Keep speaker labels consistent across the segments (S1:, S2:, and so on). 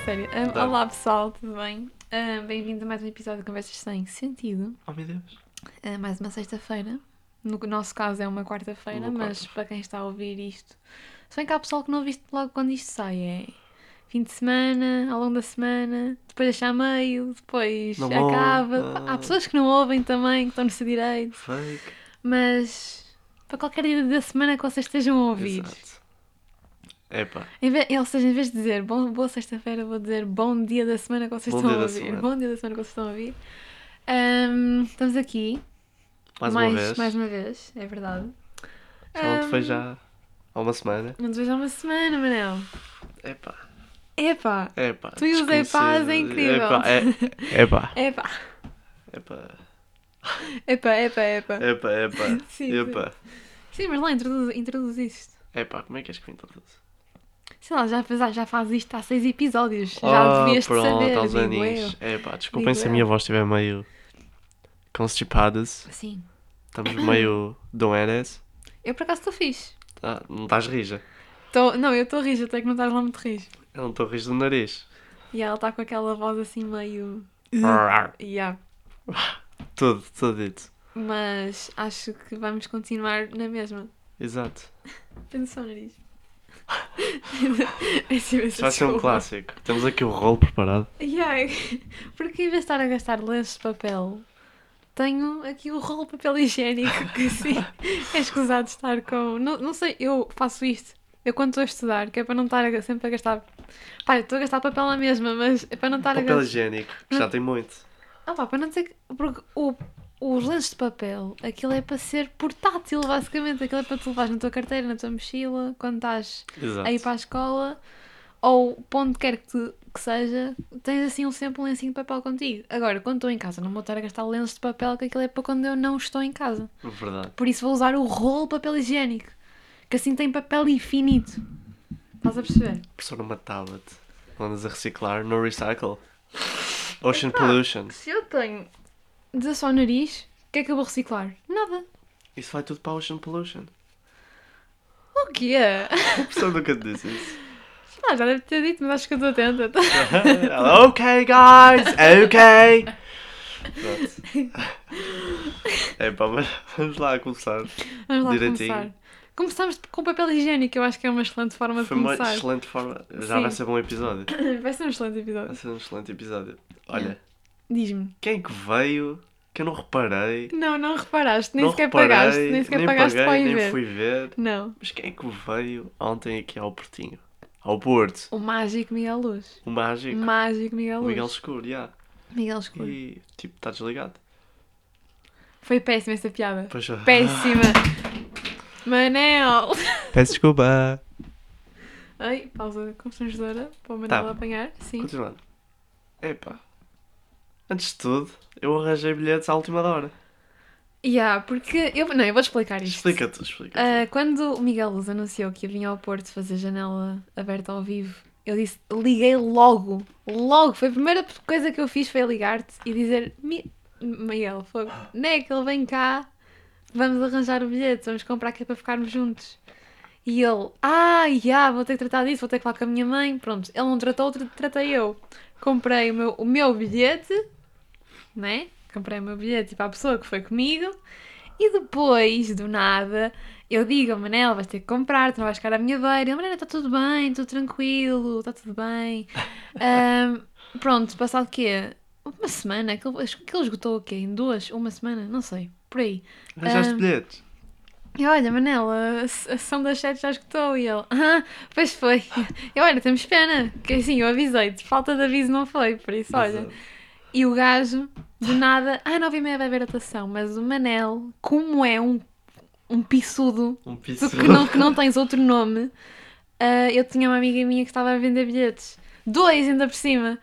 S1: sério. Ah,
S2: Tá.
S1: olá pessoal, tudo bem? Ah, Bem-vindos a mais um episódio de Conversas Sem Sentido.
S2: Oh meu Deus.
S1: Ah, mais uma sexta-feira. No nosso caso é uma quarta-feira,
S2: Uma
S1: mas para quem está a ouvir isto. Se bem que há pessoal que não ouve isto logo quando isto sai, é fim de semana, ao longo da semana, depois deixa a meio, depois
S2: Não ouve,
S1: acaba.
S2: ah.
S1: Há pessoas que não ouvem também, que estão no seu direito.
S2: Fake.
S1: Mas para qualquer dia da semana que vocês estejam a ouvir.
S2: Exato. Epá,
S1: Em vez, ou seja, em vez de dizer bom, boa sexta-feira, vou dizer bom dia da semana que vocês
S2: Bom
S1: estão
S2: dia
S1: a
S2: da
S1: ouvir.
S2: semana.
S1: Bom dia da semana que vocês estão a ouvir. Ahm, estamos aqui.
S2: mais, uma vez.
S1: mais Hum. uma vez, é verdade.
S2: Já não te
S1: Ahm,
S2: vejo já há uma semana.
S1: Não te vejo há uma semana, Manel.
S2: Epá,
S1: Epá!
S2: epá.
S1: Tu e os epás é
S2: desconhecido.
S1: incrível.
S2: Epá, é, epá,
S1: Epá!
S2: epá,
S1: Epá, epá, epá.
S2: epá, epá,
S1: Sim, sim.
S2: epá.
S1: Sim, mas lá introduz, introduz isto.
S2: Epá, como é que és que me introduz?
S1: Sei lá, já faz, já faz isto há seis episódios.
S2: Ah,
S1: já devias de saber,
S2: aos
S1: digo eu.
S2: anis. Epá, desculpem
S1: Digo
S2: se a
S1: eu.
S2: minha voz estiver meio constipadas.
S1: Sim.
S2: Estamos meio doentes.
S1: Eu por acaso estou fixe.
S2: Ah, não estás rija.
S1: Tô- não, eu estou rija, até que não estás lá muito rija.
S2: Eu não estou rija do nariz.
S1: E ela está com aquela voz assim meio.
S2: Rar.
S1: Yeah.
S2: Tudo, tudo dito.
S1: Mas acho que vamos continuar na mesma.
S2: Exato.
S1: Pensa só o nariz. Peço imensa
S2: Isso vai ser um
S1: desculpa.
S2: clássico. Temos aqui o rolo preparado.
S1: Yeah. Porque em vez de estar a gastar lenços de papel, tenho aqui o rolo de papel higiênico que assim é escusado estar com. Não, não sei, eu faço isto. Eu quando estou a estudar, que é para não estar a- sempre a gastar. Pá, eu estou a gastar papel na mesma, mas é para não estar a
S2: Papel
S1: gastar.
S2: higiênico, que já tem muito.
S1: Ah pá, para não dizer que... Porque o, os lenços de papel, aquilo é para ser portátil, basicamente. Aquilo é para tu levares na tua carteira, na tua mochila, quando estás
S2: Exato.
S1: a ir para a escola, ou para onde quer que, tu- que seja, tens assim um sempre um lencinho de papel contigo. Agora, quando estou em casa, não vou estar a gastar lenços de papel, que aquilo é para quando eu não estou em casa.
S2: Verdade.
S1: Por isso vou usar o rolo de papel higiênico, que assim tem papel infinito. Estás a perceber?
S2: Professor numa tablet. Andas a reciclar, no recycle. Ocean pollution.
S1: Se eu tenho de só o nariz, o que é que eu vou reciclar? Nada.
S2: Isso vai tudo para ocean pollution.
S1: O que é?
S2: O professor nunca te disse isso.
S1: Ah, já deve ter dito, mas acho que eu estou atenta.
S2: Ela, ok, guys, ok. Pronto. É pá, mas vamos lá começar.
S1: Vamos lá
S2: Direitinho.
S1: começar. Começámos com papel higiênico, eu acho que é uma excelente forma de
S2: Foi uma
S1: começar.
S2: excelente forma. Já
S1: Sim.
S2: vai ser bom episódio.
S1: Vai ser um excelente episódio.
S2: Vai ser um excelente episódio. Olha,
S1: Diz-me.
S2: quem é que veio que eu não reparei?
S1: Não, não reparaste, nem
S2: não
S1: sequer
S2: reparei,
S1: pagaste, nem sequer pagaste
S2: paguei,
S1: para ir
S2: nem
S1: ver.
S2: fui ver.
S1: Não.
S2: Mas quem é que veio ontem aqui ao Portinho? Ao Porto.
S1: O mágico Miguel Luz.
S2: O Mágico.
S1: Mágico Miguel
S2: o
S1: Luz.
S2: Miguel
S1: Miguel,
S2: Escuro, já.
S1: Escuro.
S2: E tipo, está desligado.
S1: Foi péssima essa piada.
S2: Pois já.
S1: Péssima. Manel!
S2: Peço desculpa.
S1: Ai, pausa constrangedora para o Manel
S2: Tá.
S1: apanhar. Sim.
S2: Continuando. Epá. Antes de tudo, eu arranjei bilhetes à última da hora.
S1: Yeah, porque. Eu, não, eu vou explicar isto.
S2: Explica-te, explica-te.
S1: Ah, quando o Miguel Luz anunciou que ia vir ao Porto fazer janela aberta ao vivo, eu disse, liguei logo, logo. Foi a primeira coisa que eu fiz foi ligar-te e dizer, "Mi- Miguel, fogo, não é que ele vem cá, vamos arranjar o bilhete, vamos comprar aqui para ficarmos juntos. E ele, ah, já, vou ter que tratar disso, vou ter que falar com a minha mãe. Pronto, ele não tratou, tra- tratei eu. Comprei o meu, o meu bilhete, né? Comprei o meu bilhete para a pessoa que foi comigo. E depois, do nada, eu digo ao Manel, vais ter que comprar, tu não vais ficar à minha beira. Ele, Manel, está tá tudo bem, tudo tranquilo, está tudo bem. Ahm, pronto, passado o quê? Uma semana? Aquilo, acho que ele esgotou o quê? Em duas? Uma semana? Não sei, por aí.
S2: Arranjaste
S1: ah,
S2: bilhetes.
S1: E olha, Manel, a, a sessão das sete já esgotou. E ele, ah, pois foi. E olha, temos pena, que assim, eu avisei-te, falta de aviso não foi, por isso, olha.
S2: Exato.
S1: E o gajo, do nada, ah, nove e meia vai haver atuação, mas o Manel, como é um, um pissudo,
S2: Um
S1: tu
S2: piso.
S1: que não, que não tens outro nome, ah, eu tinha uma amiga minha que estava a vender bilhetes. Dois ainda por cima.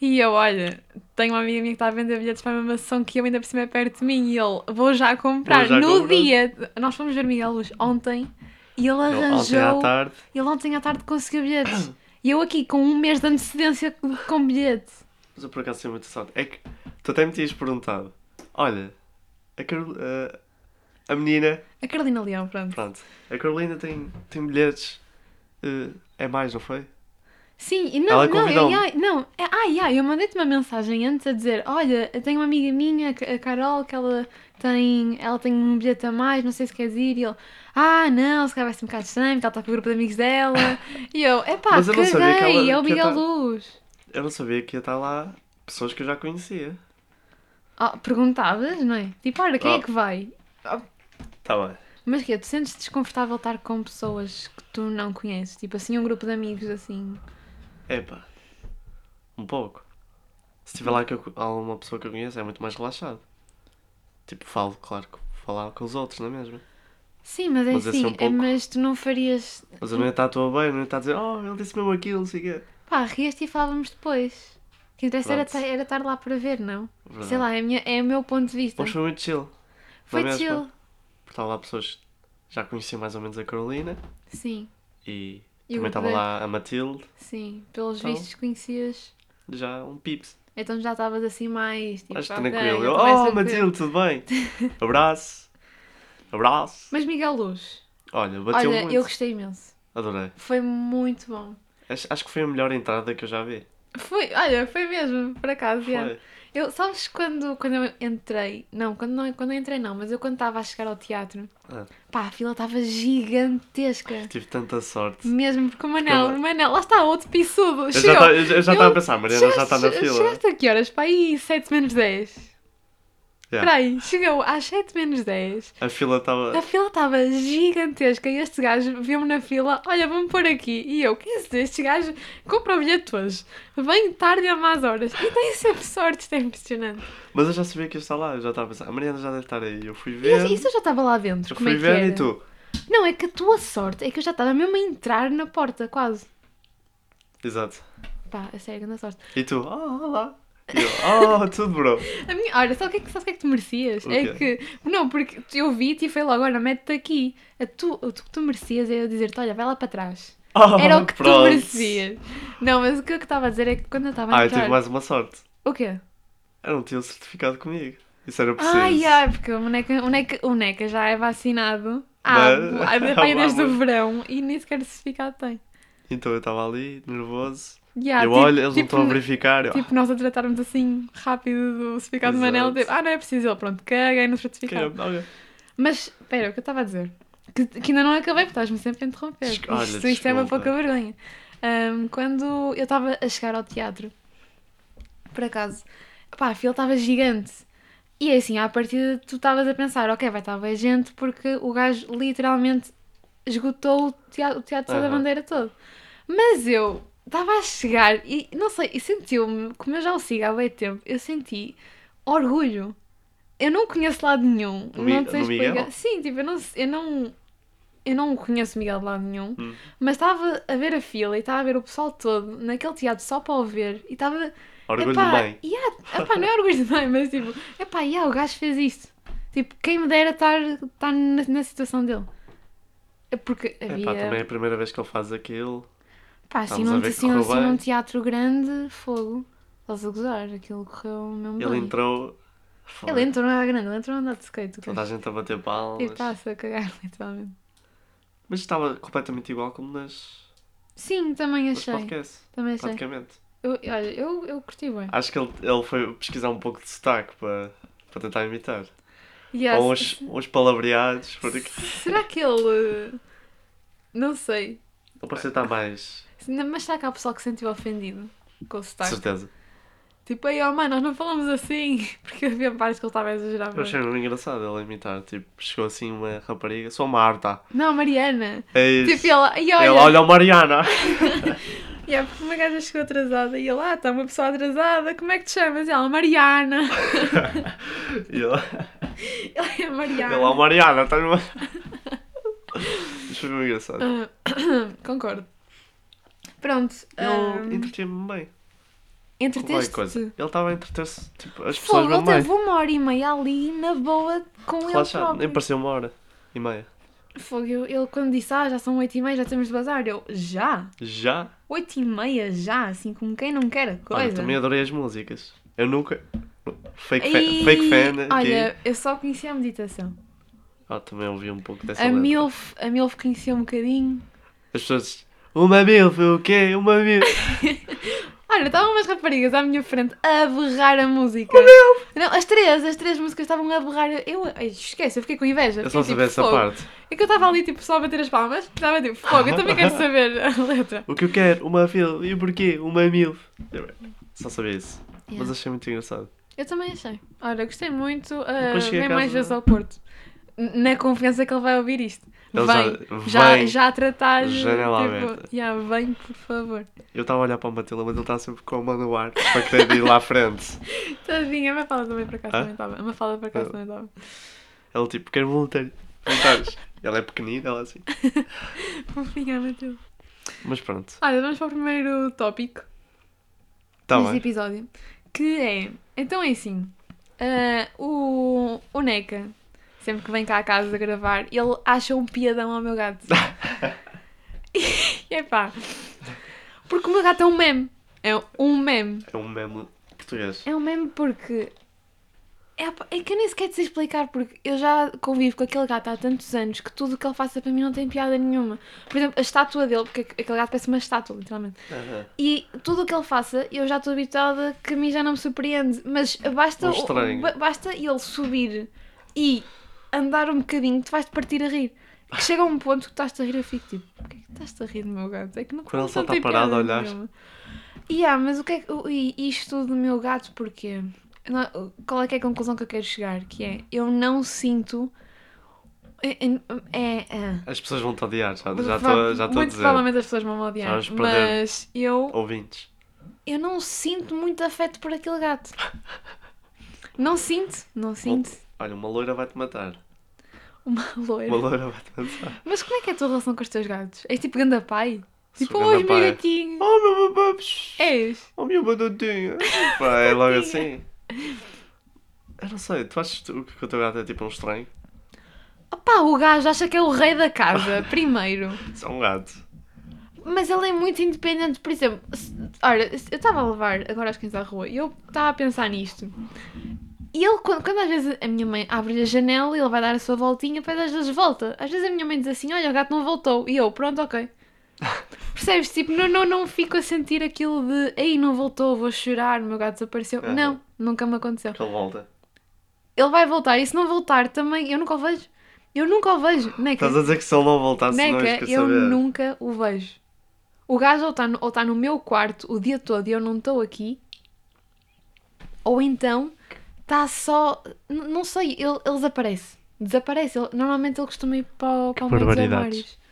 S1: E eu, olha, tenho uma amiga minha que está a vender bilhetes para a mesma sessão que eu ainda por cima é perto de mim e ele, vou já comprar.
S2: Vou já
S1: no
S2: comprar.
S1: dia, nós fomos ver Miguel Luz ontem e ele
S2: Não, Ontem à
S1: arranjou.
S2: tarde.
S1: ele ontem à tarde conseguiu bilhetes. E eu aqui com um mês de antecedência com bilhete.
S2: Mas eu por acaso tenho muita sorte. É que tu até me tinhas perguntado. Olha, a, Carol, eh, a menina.
S1: A Carolina Leão, pronto.
S2: Pronto. A Carolina tem, tem bilhetes. eh, é mais, não foi?
S1: Sim, e não,
S2: Ela
S1: não, eu,
S2: convidou-me.
S1: ai, não, é- ai, ai, eu mandei-te uma mensagem antes a dizer, olha, eu tenho uma amiga minha, a Carol, que ela tem, ela tem um bilhete a mais, não sei se queres ir, e ele, ah, não, se calhar vai ser um bocado estranho, porque ela está com o grupo de amigos dela, e eu, epá,
S2: Mas eu não
S1: caguei,
S2: sabia que ela-
S1: é o
S2: que ela
S1: Miguel
S2: tá-
S1: Luz.
S2: Eu não sabia que ia estar lá pessoas que eu já conhecia.
S1: Ah, perguntavas, não é? Tipo, olha, quem é
S2: Ah.
S1: que vai?
S2: Tá bem.
S1: Mas que é, tu sentes desconfortável estar com pessoas que tu não conheces, tipo assim, um grupo de amigos, assim,
S2: Epá. Um pouco. Se tiver lá que eu, alguma pessoa que eu conheço, é muito mais relaxado. Tipo, falo, claro, que falar com os outros, não é mesmo?
S1: sim, mas é
S2: Mas esse é
S1: assim,
S2: um
S1: é,
S2: pouco-
S1: mas tu não farias,
S2: Mas eu não ia estar à tua bem, não ia estar a dizer, oh, ele disse mesmo aquilo, não sei o quê.
S1: Pá, rias-te e falávamos depois. O que interessa era,
S2: Pronto.
S1: ta- era estar lá para ver, não?
S2: Verdade.
S1: Sei lá, é, a minha- é o meu ponto de vista.
S2: Mas foi muito chill.
S1: Foi
S2: não é mesmo?
S1: chill.
S2: Porque estavam lá pessoas que já conheciam mais ou menos a Carolina
S1: Sim,
S2: e,
S1: E o é-
S2: também estava
S1: Roberto.
S2: lá a Matilde,
S1: sim. Pelos
S2: Então.
S1: vistos conhecias.
S2: já um pips.
S1: Então já estavas assim mais. Tipo,
S2: Mas
S1: ok,
S2: tranquilo. Eu,
S1: eu tô mais
S2: oh,
S1: tranquilo."
S2: Matilde, tudo bem? Abraço. Abraço.
S1: Mas Miguel Luz,
S2: Olha, bateu
S1: olha,
S2: muito.
S1: eu gostei imenso.
S2: Adorei.
S1: Foi muito bom.
S2: Acho, acho que foi a melhor entrada que eu já vi.
S1: Foi, olha, foi mesmo, por acaso.
S2: Foi.
S1: já. Eu, sabes quando, quando eu entrei? Não, quando não, quando eu entrei não, mas eu quando estava a chegar ao teatro,
S2: Ah.
S1: pá, a fila estava gigantesca.
S2: Tive tanta sorte.
S1: Mesmo, porque o Manel,
S2: eu-
S1: o Manel, lá está outro pisudo.
S2: Eu já
S1: Chegou.
S2: tá- eu já- eu já
S1: Eu-
S2: estava a pensar, Mariana já está na
S1: Chegaste-
S2: fila.
S1: Chegaste a que horas? Para aí, 7 menos 10.
S2: Yeah.
S1: Espera aí, chegou às 7 menos 10.
S2: A fila estava.
S1: A fila estava gigantesca e este gajo viu-me na fila, olha, vamos pôr aqui. E eu, que é este gajo? Compra o bilhete hoje. Vem tarde a más horas. E tem sempre sorte, isto é impressionante.
S2: Mas eu já sabia que ia estar lá, eu já estava a pensar, a Mariana já deve estar aí. Eu fui
S1: E
S2: ver.
S1: isso eu já estava lá dentro,
S2: É. eu
S1: como é
S2: fui
S1: que
S2: ver
S1: era?
S2: e tu.
S1: Não, é que a tua sorte é que eu já estava mesmo a entrar na porta, quase.
S2: Exato.
S1: Pá, a sério, grande sorte.
S2: E tu, oh, olá. E eu, oh, tudo bro.
S1: A minha, olha, sabe o que é que, sabes o que, é que tu merecias?
S2: O
S1: É que, não, porque tu- eu vi-te e foi logo, olha, mete-te aqui. A tu, o que tu merecias é eu dizer-te, olha, vai lá para trás.
S2: Oh,
S1: Era o que tu
S2: pronto.
S1: merecias. Não, mas o que eu estava a dizer é que quando eu estava a
S2: Ah, eu tive
S1: entrar...
S2: mais uma sorte.
S1: O quê?
S2: Eu não tinha o certificado comigo. Isso era preciso.
S1: Ai, ai, porque o Neca, o Neca, o Neca já é vacinado há,
S2: Mas-
S1: há, bem
S2: há um
S1: desde o
S2: muito.
S1: verão e nem sequer certificado tem.
S2: Então eu estava ali, nervoso.
S1: Yeah,
S2: eu
S1: tipo-
S2: olho, eles não
S1: tipo,
S2: estão a verificar. Eu,
S1: Tipo, nós a tratarmos assim rápido do certificado de Manel,
S2: Exato.
S1: tipo, ah, não é preciso, ele, pronto, caguei no certificado.
S2: Caramba, olha.
S1: Mas, espera, o que eu estava a dizer? Que, que ainda não acabei, porque estás-me sempre a interromper.
S2: Desco- olha,
S1: isto, isto é uma
S2: desculpa.
S1: pouca vergonha. Ahm, quando eu estava a chegar ao teatro, por acaso, pá, a fila estava gigante. E é assim, à partida tu estavas a pensar, ok, vai estar bem gente, porque o gajo literalmente esgotou o teatro, o teatro de Sá da
S2: Aham.
S1: Bandeira todo. Mas eu estava a chegar e, não sei, e sentiu-me, como eu já o sigo há bem tempo, eu senti orgulho. Eu não conheço lado nenhum.
S2: Do Mi-
S1: não sei
S2: do Miguel?
S1: explicar. Sim, tipo, eu não, eu não, eu não conheço o Miguel de lado nenhum,
S2: Hum.
S1: mas estava a ver a fila e estava a ver o pessoal todo naquele teatro só para o ver e estava.
S2: Orgulho
S1: epá,
S2: de mãe.
S1: Yeah, epá, não é orgulho de mãe, mas tipo, epá, yeah, o gajo fez isto. Tipo, quem me dera estar, estar na, na situação dele. É Porque havia.
S2: Epá, também é a primeira vez que ele faz aquilo.
S1: Pá, assim,
S2: Estamos a
S1: num,
S2: ver que
S1: assim,
S2: correu
S1: assim,
S2: bem.
S1: num teatro grande, fogo. Estás a gozar, aquilo correu mesmo
S2: Ele
S1: bem.
S2: entrou. é? Foda.
S1: Ele entrou na grande, ele entrou a andar de skate. o é
S2: Toda a gente a bater palmas.
S1: E passa a cagar, literalmente.
S2: Mas estava completamente igual como nas,
S1: Sim, também
S2: nos
S1: achei.
S2: podcasts.
S1: Também achei.
S2: Praticamente.
S1: Eu, olha, eu, eu curti bem.
S2: Acho que ele, ele foi pesquisar um pouco de sotaque para, para tentar imitar.
S1: Yes.
S2: Ou uns, uns palavreados. Porque...
S1: Será que ele. eh, Não sei.
S2: Ele parece estar mais.
S1: Se- não- Mas será que há pessoal que se sentiu ofendido com o
S2: De
S1: sotaque?
S2: certeza.
S1: Tipo, aí, oh mãe, nós não falamos assim. Porque havia partes que ele estava a exagerar.
S2: Eu achei
S1: bué.
S2: muito engraçado ele imitar. Tipo, chegou assim uma rapariga. Sou Marta.
S1: Não, Mariana.
S2: É isso.
S1: Tipo, ela, e olha.
S2: Ele olha o Mariana.
S1: E é porque uma gaja chegou atrasada e ele, ah, está uma pessoa atrasada, como é que te chamas? E ela, Mariana.
S2: E ele,
S1: Ele é Mariana.
S2: ele ó Mariana, estás numa. tá Isso foi muito engraçado.
S1: Ah, Concordo. Pronto.
S2: Eu
S1: ahm,
S2: entretinha-me bem. com qualquer
S1: Entreteste-te.
S2: coisa. Ele estava a entreter-se. Tipo, as pessoas
S1: Fogo,
S2: vão
S1: ele
S2: bem.
S1: teve uma hora e meia ali na boa com ele
S2: Relaxado.
S1: próprio.
S2: Nem parecia uma hora e meia.
S1: Fogo, eu- ele quando disse, ah, já são oito e meia, já temos de bazar. Eu, já?
S2: Já?
S1: Oito e meia, já? Assim, como quem não quer a coisa.
S2: Olha, também é adorei as músicas. Eu nunca. Fake, fa-
S1: Ei,
S2: fake fan né? é. aqui.
S1: Olha, eu só conhecia a meditação.
S2: Ah, também ouvi um pouco dessa
S1: A
S2: letra.
S1: Milf, a Milf conhecia um bocadinho.
S2: As pessoas Uma mil, foi o quê? Uma mil.
S1: Olha, estavam umas raparigas à minha frente a berrar a música. Não, as três, as três músicas estavam a berrar. Eu, ai, esquece, eu fiquei com inveja.
S2: Eu
S1: fiquei
S2: só
S1: tipo,
S2: sabia essa
S1: fogo.
S2: parte.
S1: É que eu estava ali, tipo, só a bater as palmas. Estava tipo, fogo, eu também quero saber a letra.
S2: O que eu quero? Uma fil. E o porquê? Uma mil. Só sabia isso. Mas
S1: Yeah.
S2: achei muito engraçado.
S1: Eu também achei. Olha, gostei muito. Uh,
S2: Depois cheguei
S1: vem
S2: a
S1: mais
S2: casa-
S1: vezes ao Porto. N- Na confiança que ele vai ouvir isto.
S2: Ele
S1: vem,
S2: já-
S1: já,
S2: vem,
S1: já a tratar.
S2: janela
S1: tipo,
S2: aberta.
S1: yeah, vem, por favor.
S2: Eu estava a olhar para o Matilda, mas ele está sempre com a mão no ar para querer ir lá à frente.
S1: Tadinha, a Mafalda também para cá
S2: Hã?
S1: também estava. A Mafalda para cá
S2: Ah.
S1: também estava.
S2: Ele tipo, quero voluntário. Voluntários. Ela é pequenina, ela assim.
S1: Fofinha, Matilde.
S2: Mas pronto.
S1: Olha, vamos para o primeiro tópico.
S2: Está
S1: neste
S2: Tá bem.
S1: episódio. Que é. Então é assim. ah, o, o Neca, sempre que vem cá à casa gravar, ele acha um piadão ao meu gato. e epá. Porque o meu gato é um meme. É um meme.
S2: É um meme português.
S1: É um meme porque. epá, É que eu nem sequer te sei explicar, porque eu já convivo com aquele gato há tantos anos que tudo o que ele faça para mim não tem piada nenhuma. Por exemplo, a estátua dele, porque aquele gato parece uma estátua, literalmente.
S2: Aham.
S1: E tudo o que ele faça, eu já estou habituada que a mim já não me surpreende. Mas basta,
S2: Um estranho.
S1: ba- basta ele subir e andar um bocadinho, tu vais-te partir a rir. Que chega a um ponto que tu estás a rir, eu fico tipo, porquê que estás a rir do meu gato? É que não
S2: Quando ele
S1: não
S2: só está
S1: tem
S2: parado a
S1: piada
S2: olhar.
S1: nenhuma. E ah, mas o que é que. E isto do meu gato, porquê? Não- Qual é que é a conclusão que eu quero chegar? Que é, eu não sinto. É. é- é- é-
S2: As pessoas vão te odiar, já estou já
S1: Prova-
S2: tô- já tô a
S1: Muito
S2: dizer.
S1: provavelmente as pessoas vão me odiar.
S2: Vamos perder.
S1: Mas eu
S2: Ouvintes.
S1: eu não sinto muito afeto por aquele gato. Não sinto, não sinto
S2: Olha, uma loira vai-te matar.
S1: uma loira.
S2: Uma loira vai-te matar.
S1: Mas como é que é a tua relação com os teus gatos? És tipo ganda pai? Tipo,
S2: Sou
S1: oi,
S2: grande
S1: meu
S2: pai.
S1: gatinho.
S2: Oh, meu babá.
S1: És?
S2: Oh, meu batatinha. Pá, é logo
S1: Tadinha.
S2: assim. Eu não sei, tu achas tu- que o teu gato é tipo um estranho?
S1: Opá, o gajo acha que é o rei da casa, primeiro.
S2: Isso é um gato.
S1: Mas ele é muito independente, por exemplo. se- Olha, se- eu estava a levar agora as cães à rua e eu estava a pensar nisto. E ele, quando, quando às vezes a minha mãe abre a janela e ele vai dar a sua voltinha, depois às vezes volta. Às vezes a minha mãe diz assim: Olha, o gato não voltou. E eu, pronto, ok. Percebes? Tipo, não, não, não fico a sentir aquilo de aí não voltou, vou chorar, o meu gato desapareceu.
S2: Aham.
S1: Não, nunca me aconteceu.
S2: Que ele volta.
S1: Ele vai voltar e se não voltar também, eu nunca o vejo. Eu nunca o vejo. é Nem
S2: Estás a dizer que se ele não voltasse, não ias
S1: Neca,
S2: querer
S1: eu
S2: saber.
S1: nunca o vejo. O gajo ou está no, ou tá no meu quarto o dia todo e eu não estou aqui, ou então está só. n- Não sei, ele, ele desaparece. Desaparece. Ele- normalmente ele costuma ir para, o- para o meio dos
S2: barbaridades.
S1: armários.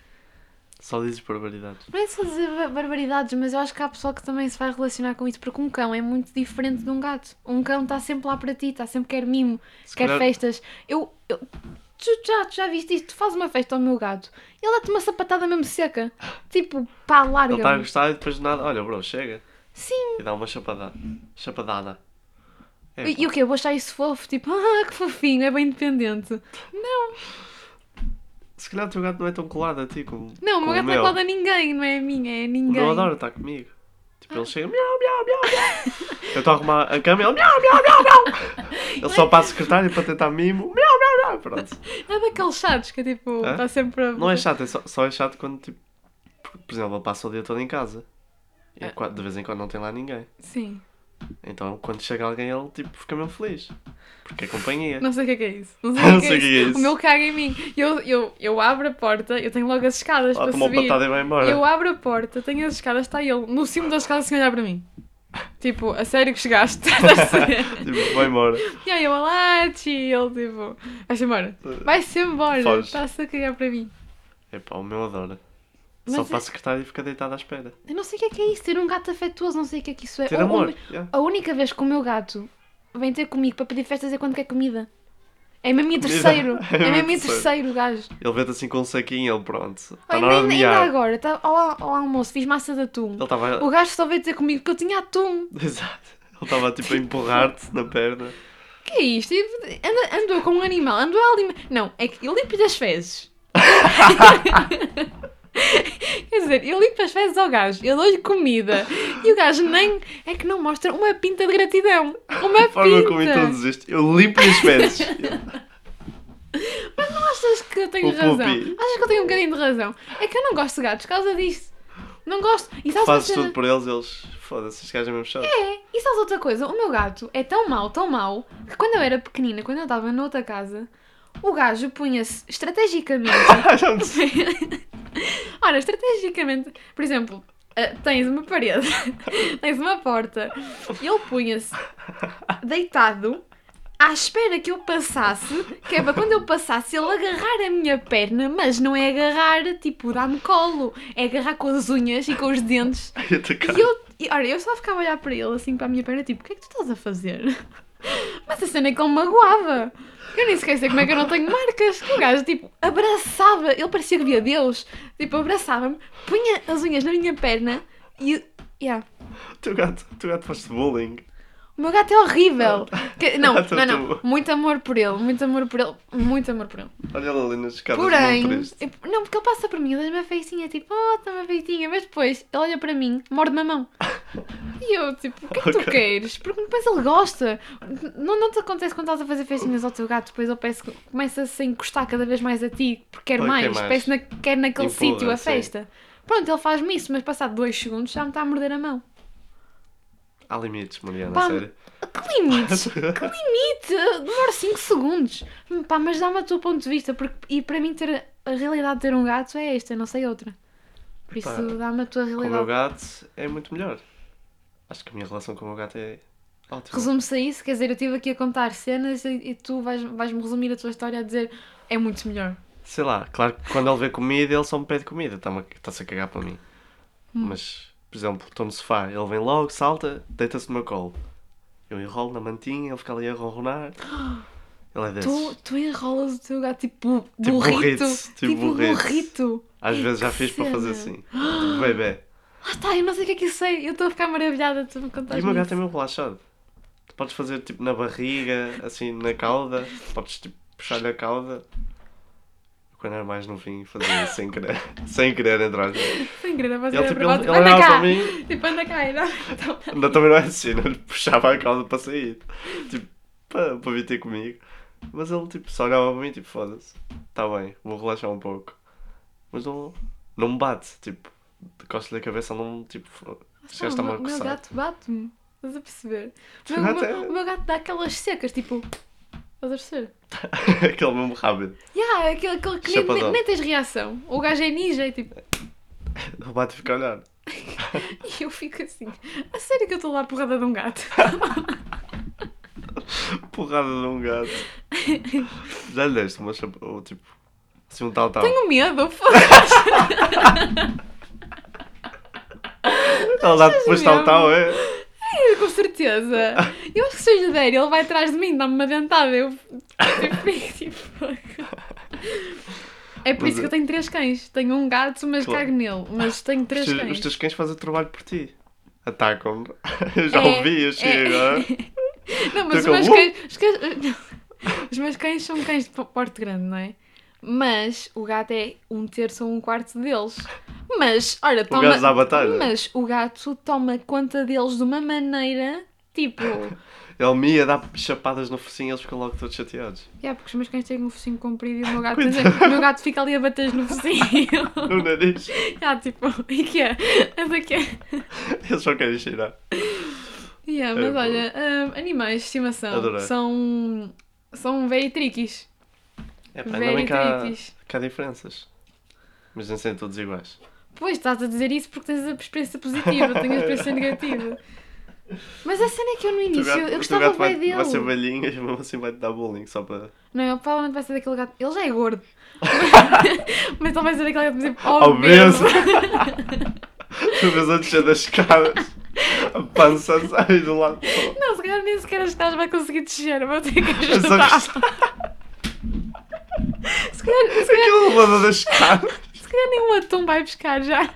S2: Só dizes barbaridades.
S1: Não é só dizer ba- barbaridades, mas eu acho que há pessoal que também se vai relacionar com isso, porque um cão é muito diferente de um gato. Um cão está sempre lá para ti, está sempre quer mimo,
S2: Se
S1: quer
S2: calhar-
S1: festas. Eu. eu- tu, já, tu já viste isto? Tu fazes uma festa ao meu gato, ele dá-te uma sapatada mesmo seca. Tipo, pá,
S2: Ele está a
S1: larga.
S2: gostar e depois de nada, olha, bro, chega.
S1: Sim.
S2: E dá uma chapada... chapadada. É,
S1: E e o quê? Eu vou achar isso fofo? Tipo, ah, que fofinho, é bem independente. Não,
S2: Se calhar o teu gato não é tão colado a ti como.
S1: não, o
S2: como
S1: meu gato não é colado a ninguém, não é a minha, é a
S2: O
S1: ninguém. Ah.
S2: meu adora estar comigo. Tipo, ele chega, miau, miau, miau, miau. Eu estou a arrumar a cama e ele, miau, miau, miau, miau. Ele só para a secretária para tentar mimo, miau, miau, miau. Pronto.
S1: É daqueles chatos que é tipo,
S2: Hã?
S1: está sempre a.
S2: Não é chato, é só, só é chato quando, tipo, por, por exemplo, ele passa o dia todo em casa. E
S1: Ah.
S2: qua- de vez em quando não tem lá ninguém.
S1: Sim.
S2: Então, quando chega alguém, ele, tipo, fica mesmo feliz. Porque é companhia.
S1: Não sei o que é que é isso. Não sei,
S2: Não
S1: o que é que é isso. O
S2: isso.
S1: meu caga em mim. Eu, eu, eu abro a porta, eu tenho logo as escadas
S2: Lá
S1: para
S2: toma uma
S1: subir.
S2: patada e vai embora.
S1: Eu abro a porta, tenho as escadas, está ele no cimo das escadas sem olhar para mim. Tipo, a sério que chegaste? Estás a ser?
S2: Tipo, vai embora.
S1: e aí eu, olá, tio, e ele tipo, vai-se embora. Vai-se embora,
S2: Foge.
S1: está-se a cagar para mim.
S2: Epá, o meu adora.
S1: Mas
S2: Só
S1: é-
S2: para a secretária e fica deitado à espera.
S1: Eu não sei o que é que é isso, ter um gato afetuoso, não sei o que é que isso é.
S2: Ter
S1: O- o
S2: amor.
S1: me-
S2: yeah.
S1: a única vez que o meu gato vem ter comigo para pedir festas é quando quer comida. É mesmo minha
S2: Comida.
S1: terceiro.
S2: É
S1: É
S2: mesmo
S1: mesmo minha
S2: terceiro.
S1: terceiro, gajo.
S2: Ele vê-te assim com um saquinho, ele pronto. Está
S1: Ainda,
S2: na hora de
S1: ainda, ainda
S2: miar.
S1: agora, tá, ao, ao almoço, fiz massa de atum.
S2: Ele estava.
S1: O gajo só veio ter comigo que eu tinha atum.
S2: Exato. Ele estava tipo a empurrar-te na perna.
S1: Que é isto? Anda- Andou com um animal, andou ali. Não, é que eu limpo as fezes. Quer dizer, eu limpo as fezes ao gajo, eu dou-lhe comida e o gajo nem. é que não mostra uma pinta de gratidão. Uma
S2: A forma como
S1: pinta.
S2: introduziste. Eu limpo as fezes.
S1: Não achas que eu tenho
S2: O
S1: razão?
S2: pupi.
S1: Achas que eu tenho um bocadinho de razão? É que eu não gosto de gatos por causa disso. Não gosto. E sabes uma
S2: Fazes
S1: cena?
S2: tudo por eles, eles. Foda-se, estes gajos é mesmo chato.
S1: É, e sabes outra coisa? O meu gato é tão mau, tão mau, que quando eu era pequenina, quando eu estava noutra casa, o gajo punha-se estrategicamente.
S2: Já me disse.
S1: Ora, estrategicamente, por exemplo, eh, tens uma parede, tens uma porta, e ele punha-se deitado à espera que eu passasse, que é para quando eu passasse ele agarrar a minha perna, mas não é agarrar tipo dar-me colo, é agarrar com as unhas e com os dentes.
S2: Ai, eu te cago.
S1: E eu, e, olha, eu só ficava a olhar para ele assim para a minha perna, tipo, o que é que tu estás a fazer? Mas a cena é que ele magoava. Eu nem sequer sei como é que eu não tenho marcas. Que o gajo, tipo, abraçava. Ele parecia que via Deus. Tipo, abraçava-me, punha as unhas na minha perna e. Yeah.
S2: O teu gato, o teu gato faz-te bullying.
S1: O meu gato é horrível. Que- não,
S2: Ah, tu-
S1: não, não.
S2: tu-
S1: Muito amor por ele, muito amor por ele, muito amor por ele.
S2: Olha lá ali nas escadas
S1: Porém,
S2: do Monte Triste.
S1: eu- não, porque ele passa por mim, ele dá-me a feicinha, tipo, oh, está uma feitinha, mas depois ele olha para mim, morde-me a mão. E eu, tipo, o que é que tu
S2: Ok.
S1: queres? Porque depois ele gosta. Não, não te acontece quando estás a fazer festinhas ao teu gato, depois ele parece que começa a se encostar cada vez mais a ti, porque quer
S2: Pois, quer
S1: mais,
S2: mais.
S1: parece na, quer naquele
S2: Empurra,
S1: sítio a
S2: sim.
S1: festa. Pronto, ele faz-me isso, mas passado dois segundos já me está a morder a mão.
S2: Há limites, Mariana,
S1: Pá,
S2: sério.
S1: Que limites! Que limite! Demora 5 segundos. Pá, mas dá-me o teu ponto de vista. Porque, e para mim, ter, a realidade de ter um gato é esta, não sei outra. Por isso,
S2: Epá,
S1: dá-me a tua
S2: Com o meu
S1: realidade.
S2: gato é muito melhor. Acho que a minha relação com o meu gato é ótima.
S1: Resume-se a isso, quer dizer, eu estive aqui a contar cenas e, e tu vais- vais-me resumir a tua história a dizer é muito melhor.
S2: Sei lá, claro que quando ele vê comida, ele só me pede comida. Está-me a- Está-se a cagar para mim.
S1: Hum.
S2: Mas, por exemplo, estou no sofá, ele vem logo, salta, deita-se no meu colo. Eu enrolo na mantinha, ele fica ali a ronronar. Ele é desses.
S1: Tu, tu enrolas o teu gato tipo,
S2: Tipo
S1: burrito.
S2: burrito,
S1: Tipo,
S2: tipo burrito.
S1: burrito.
S2: Às
S1: Ei,
S2: vezes já
S1: que
S2: fiz para fazer
S1: cena.
S2: assim. Tipo, bebê.
S1: Lá está, eu não sei o que é que isso é. Eu estou a ficar maravilhada, tu me
S2: E
S1: contaste.
S2: o meu
S1: isso.
S2: gato é mesmo relaxado. Tu podes fazer tipo na barriga, assim na cauda, podes tipo puxar-lhe a cauda. Quando era mais novinho, fazia isso sem querer, sem querer entrar. Ele,
S1: Sem querer, mas
S2: tipo,
S1: era
S2: ele,
S1: propósito.
S2: ele
S1: Anda
S2: olhava
S1: cá.
S2: para mim,
S1: Tipo, anda cá, anda. Então,
S2: não, também não é assim, não lhe puxava a cauda para sair. Tipo, para, para vir ter comigo. Mas ele tipo só olhava para mim, tipo, foda-se, está bem, vou relaxar um pouco. Mas não, não me bate, tipo, costo-lhe a cabeça, não, tipo, chegaste
S1: Ah,
S2: a me
S1: o meu
S2: coçar.
S1: gato bate-me. Estás a perceber? O
S2: Tu
S1: meu,
S2: gato
S1: o meu-
S2: é-
S1: o meu gato dá aquelas secas, tipo. Estás a perceber?
S2: Aquele mesmo rápido.
S1: Yeah, é aquele, aquele que nem- nem,
S2: Chapadão.
S1: nem tens reação. O gajo é ninja e tipo.
S2: Ele bate e fica a olhar.
S1: E eu fico assim. A sério que eu estou lá à porrada de um gato?
S2: Porrada de um gato. Já lhe deste uma chapa, ou tipo, assim um tal tal.
S1: Tenho medo, foda-se.
S2: Ela dá depois tal
S1: mesmo.
S2: tal, é.
S1: Com certeza. Eu acho que se eu lhe der, ele vai atrás de mim, dá-me uma dentada. Eu eu fico tipo. É por
S2: Mas
S1: isso
S2: é-
S1: que eu tenho três cães. Tenho um gato, mas
S2: Claro.
S1: cago nele. Mas tenho
S2: Os
S1: três
S2: teus,
S1: cães.
S2: os teus cães fazem o trabalho por ti. Atacam-me. Eu já
S1: É,
S2: ouvi, eu cheguei
S1: é.
S2: agora.
S1: Não, mas os
S2: Então,
S1: meus,
S2: uh!
S1: cães, os, cães, os meus cães são cães de po- porte grande, não é? Mas o gato é um terço ou um quarto deles. Mas, olha, toma.
S2: gato dá batalha.
S1: Mas o gato toma conta deles de uma maneira tipo.
S2: Ele É mia, dá chapadas no focinho e eles ficam logo todos chateados.
S1: Yeah, porque os meus cães têm um focinho comprido e o meu gato, é
S2: Coitado.
S1: o meu gato fica ali a bater no focinho.
S2: No nariz.
S1: yeah, tipo, e que é? Essa que é.
S2: Eles só querem cheirar.
S1: Yeah,
S2: É,
S1: mas
S2: pô.
S1: olha, hum, animais de estimação
S2: Adorei.
S1: são. são very triquis.
S2: É pá, ainda
S1: Very
S2: bem que há,
S1: triquis.
S2: que há diferenças. Mas nem são todos iguais.
S1: Pois, estás a dizer isso porque tens a experiência positiva, eu tenho a experiência negativa. Mas a cena é que eu no
S2: O teu
S1: início,
S2: gato-
S1: eu
S2: o teu
S1: gostava
S2: gato
S1: bem
S2: vai,
S1: dele.
S2: vai ser velhinho e mesmo assim vai te dar bullying só para.
S1: Não, ele provavelmente vai ser daquele gato. Ele já é gordo. Mas ele vai ser daquele gato tipo,
S2: Ao
S1: obeso.
S2: mesmo! Tu vês a descer das escadas, a pança sai do lado.
S1: Não, se calhar nem sequer as estás vai conseguir descer, vou ter que
S2: Eu só
S1: ajudar.
S2: gostava.
S1: Se calhar, se calhar,
S2: Aquele lado das escadas,
S1: se calhar nenhum atum vai buscar já.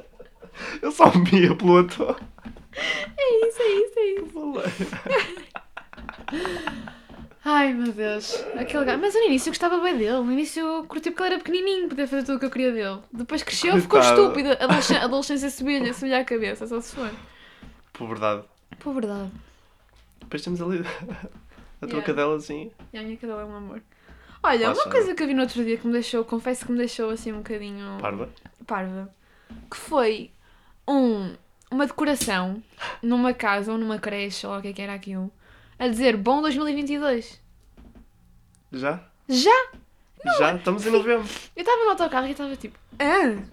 S2: eu só mia pelo ator.
S1: É isso, é isso, é isso. Ai meu Deus, aquele gato. Mas eu no início eu gostava bem dele. No início eu curti porque ele era pequenininho, podia fazer tudo o que eu queria dele. Depois cresceu, ficou
S2: Coitado.
S1: estúpido. Adolescência, adolescência subiu-lhe subiu a cabeça, só se for.
S2: Puberdade.
S1: Pô, verdade.
S2: Depois temos ali a assim, tua
S1: Yeah.
S2: cadelazinha.
S1: E a minha cadela é um amor. Olha,
S2: Lá
S1: uma
S2: está.
S1: coisa que eu vi no outro dia que me deixou, confesso que me deixou assim um bocadinho
S2: Parva.
S1: parva, que foi um, uma decoração numa casa ou numa creche ou o que é que era aquilo a dizer bom 2022.
S2: Já?
S1: Já!
S2: Já? Estamos em novembro.
S1: Eu estava no autocarro e estava tipo, ah,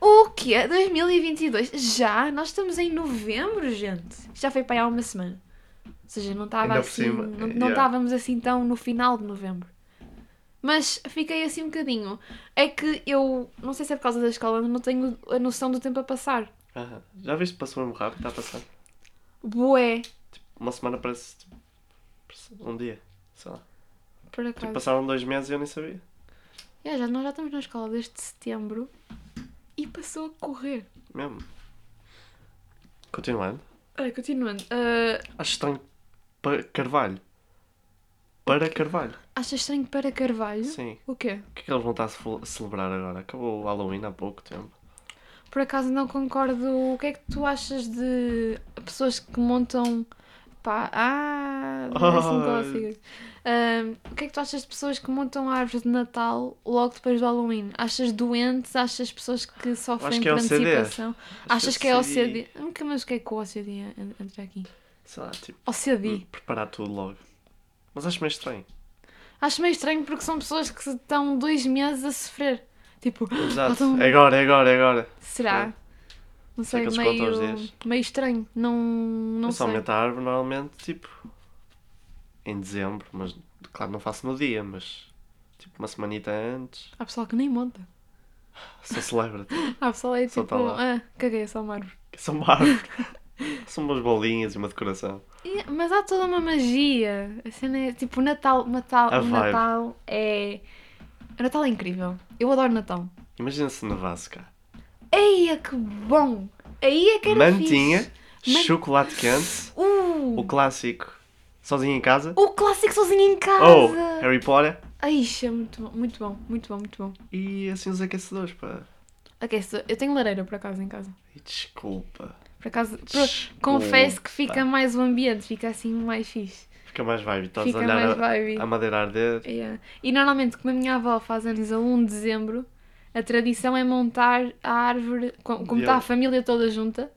S1: o quê? 2022? Já? Nós estamos em novembro, gente. Já foi para aí há uma semana. Ou seja, não estava
S2: Ainda por
S1: assim,
S2: cima, eh,
S1: não, não
S2: yeah.
S1: estávamos assim tão no final de novembro. Mas fiquei assim um bocadinho. É que eu, não sei se é por causa da escola, mas não tenho a noção do tempo a passar.
S2: Aham. Já viste que passou mesmo rápido? Está a passar.
S1: Bué,
S2: Uma semana parece. tipo, parece um dia. Sei lá.
S1: por acaso.
S2: Tipo, passaram dois meses e eu nem sabia.
S1: É, já, nós já estamos na escola desde setembro e passou a correr.
S2: Mesmo. Continuando.
S1: Olha, continuando. ah,
S2: Acho estranho. Para Carvalho. Para Carvalho.
S1: achas estranho para Carvalho?
S2: Sim.
S1: O quê?
S2: O que é que eles vão estar a ce- celebrar agora? Acabou o Halloween há pouco tempo.
S1: Por acaso não concordo. O que é que tu achas de pessoas que montam. Pá, ah,
S2: Ai.
S1: parece um, O que é que tu achas de pessoas que montam árvores de Natal logo depois do Halloween? Achas doentes? Achas pessoas que sofrem
S2: que
S1: por
S2: é OCD.
S1: antecipação? Achas que é
S2: OCD?
S1: OCD? Hum, que- Mas o que é que o OCD en- entra aqui?
S2: Sei lá, tipo,
S1: OCD.
S2: preparar tudo logo. Mas acho meio estranho.
S1: Acho meio estranho porque são pessoas que estão dois meses a sofrer. Tipo,
S2: Exato.
S1: faltam-
S2: É agora, é agora, é agora.
S1: será?
S2: Sim.
S1: Não
S2: Será
S1: sei,
S2: que eles contam os
S1: meio,
S2: dias?
S1: meio estranho. Não, não
S2: eu só
S1: sei.
S2: aumento a árvore normalmente, tipo, em dezembro, mas claro, não faço no dia, mas tipo uma semanita antes,
S1: Há pessoal que nem monta.
S2: só celebra, tipo,
S1: Há pessoal é
S2: Só
S1: tipo,
S2: tá lá.
S1: ah, caguei é só uma árvore.
S2: que são uma árvore. são umas bolinhas e uma decoração.
S1: E- mas há toda uma magia. A cena é tipo, o Natal, o Natal,
S2: A
S1: o
S2: vibe.
S1: Natal é. O Natal é incrível. Eu adoro Natal.
S2: Imagina se nevasse cá.
S1: Eia, que bom! Aí é que era
S2: Mantinha,
S1: fixe. Man-
S2: chocolate quente,
S1: Uh,
S2: o clássico, sozinho em casa,
S1: o clássico sozinho em
S2: ou
S1: casa!
S2: Harry Potter
S1: Ai, isso é muito bom, muito bom, muito bom, muito bom.
S2: e assim os aquecedores, pá.
S1: Ok, so- eu tenho lareira por acaso em casa.
S2: E desculpa.
S1: Por acaso, pro-
S2: Desculpa.
S1: confesso que fica mais o ambiente, fica assim mais fixe.
S2: Fica mais vibe, estás
S1: fica
S2: a olhar
S1: mais
S2: a,
S1: vibe.
S2: a madeira arder.
S1: Yeah. E normalmente, como a minha avó faz anos a 1 de dezembro, a tradição é montar a árvore, co- como está
S2: Yeah.
S1: a família toda junta,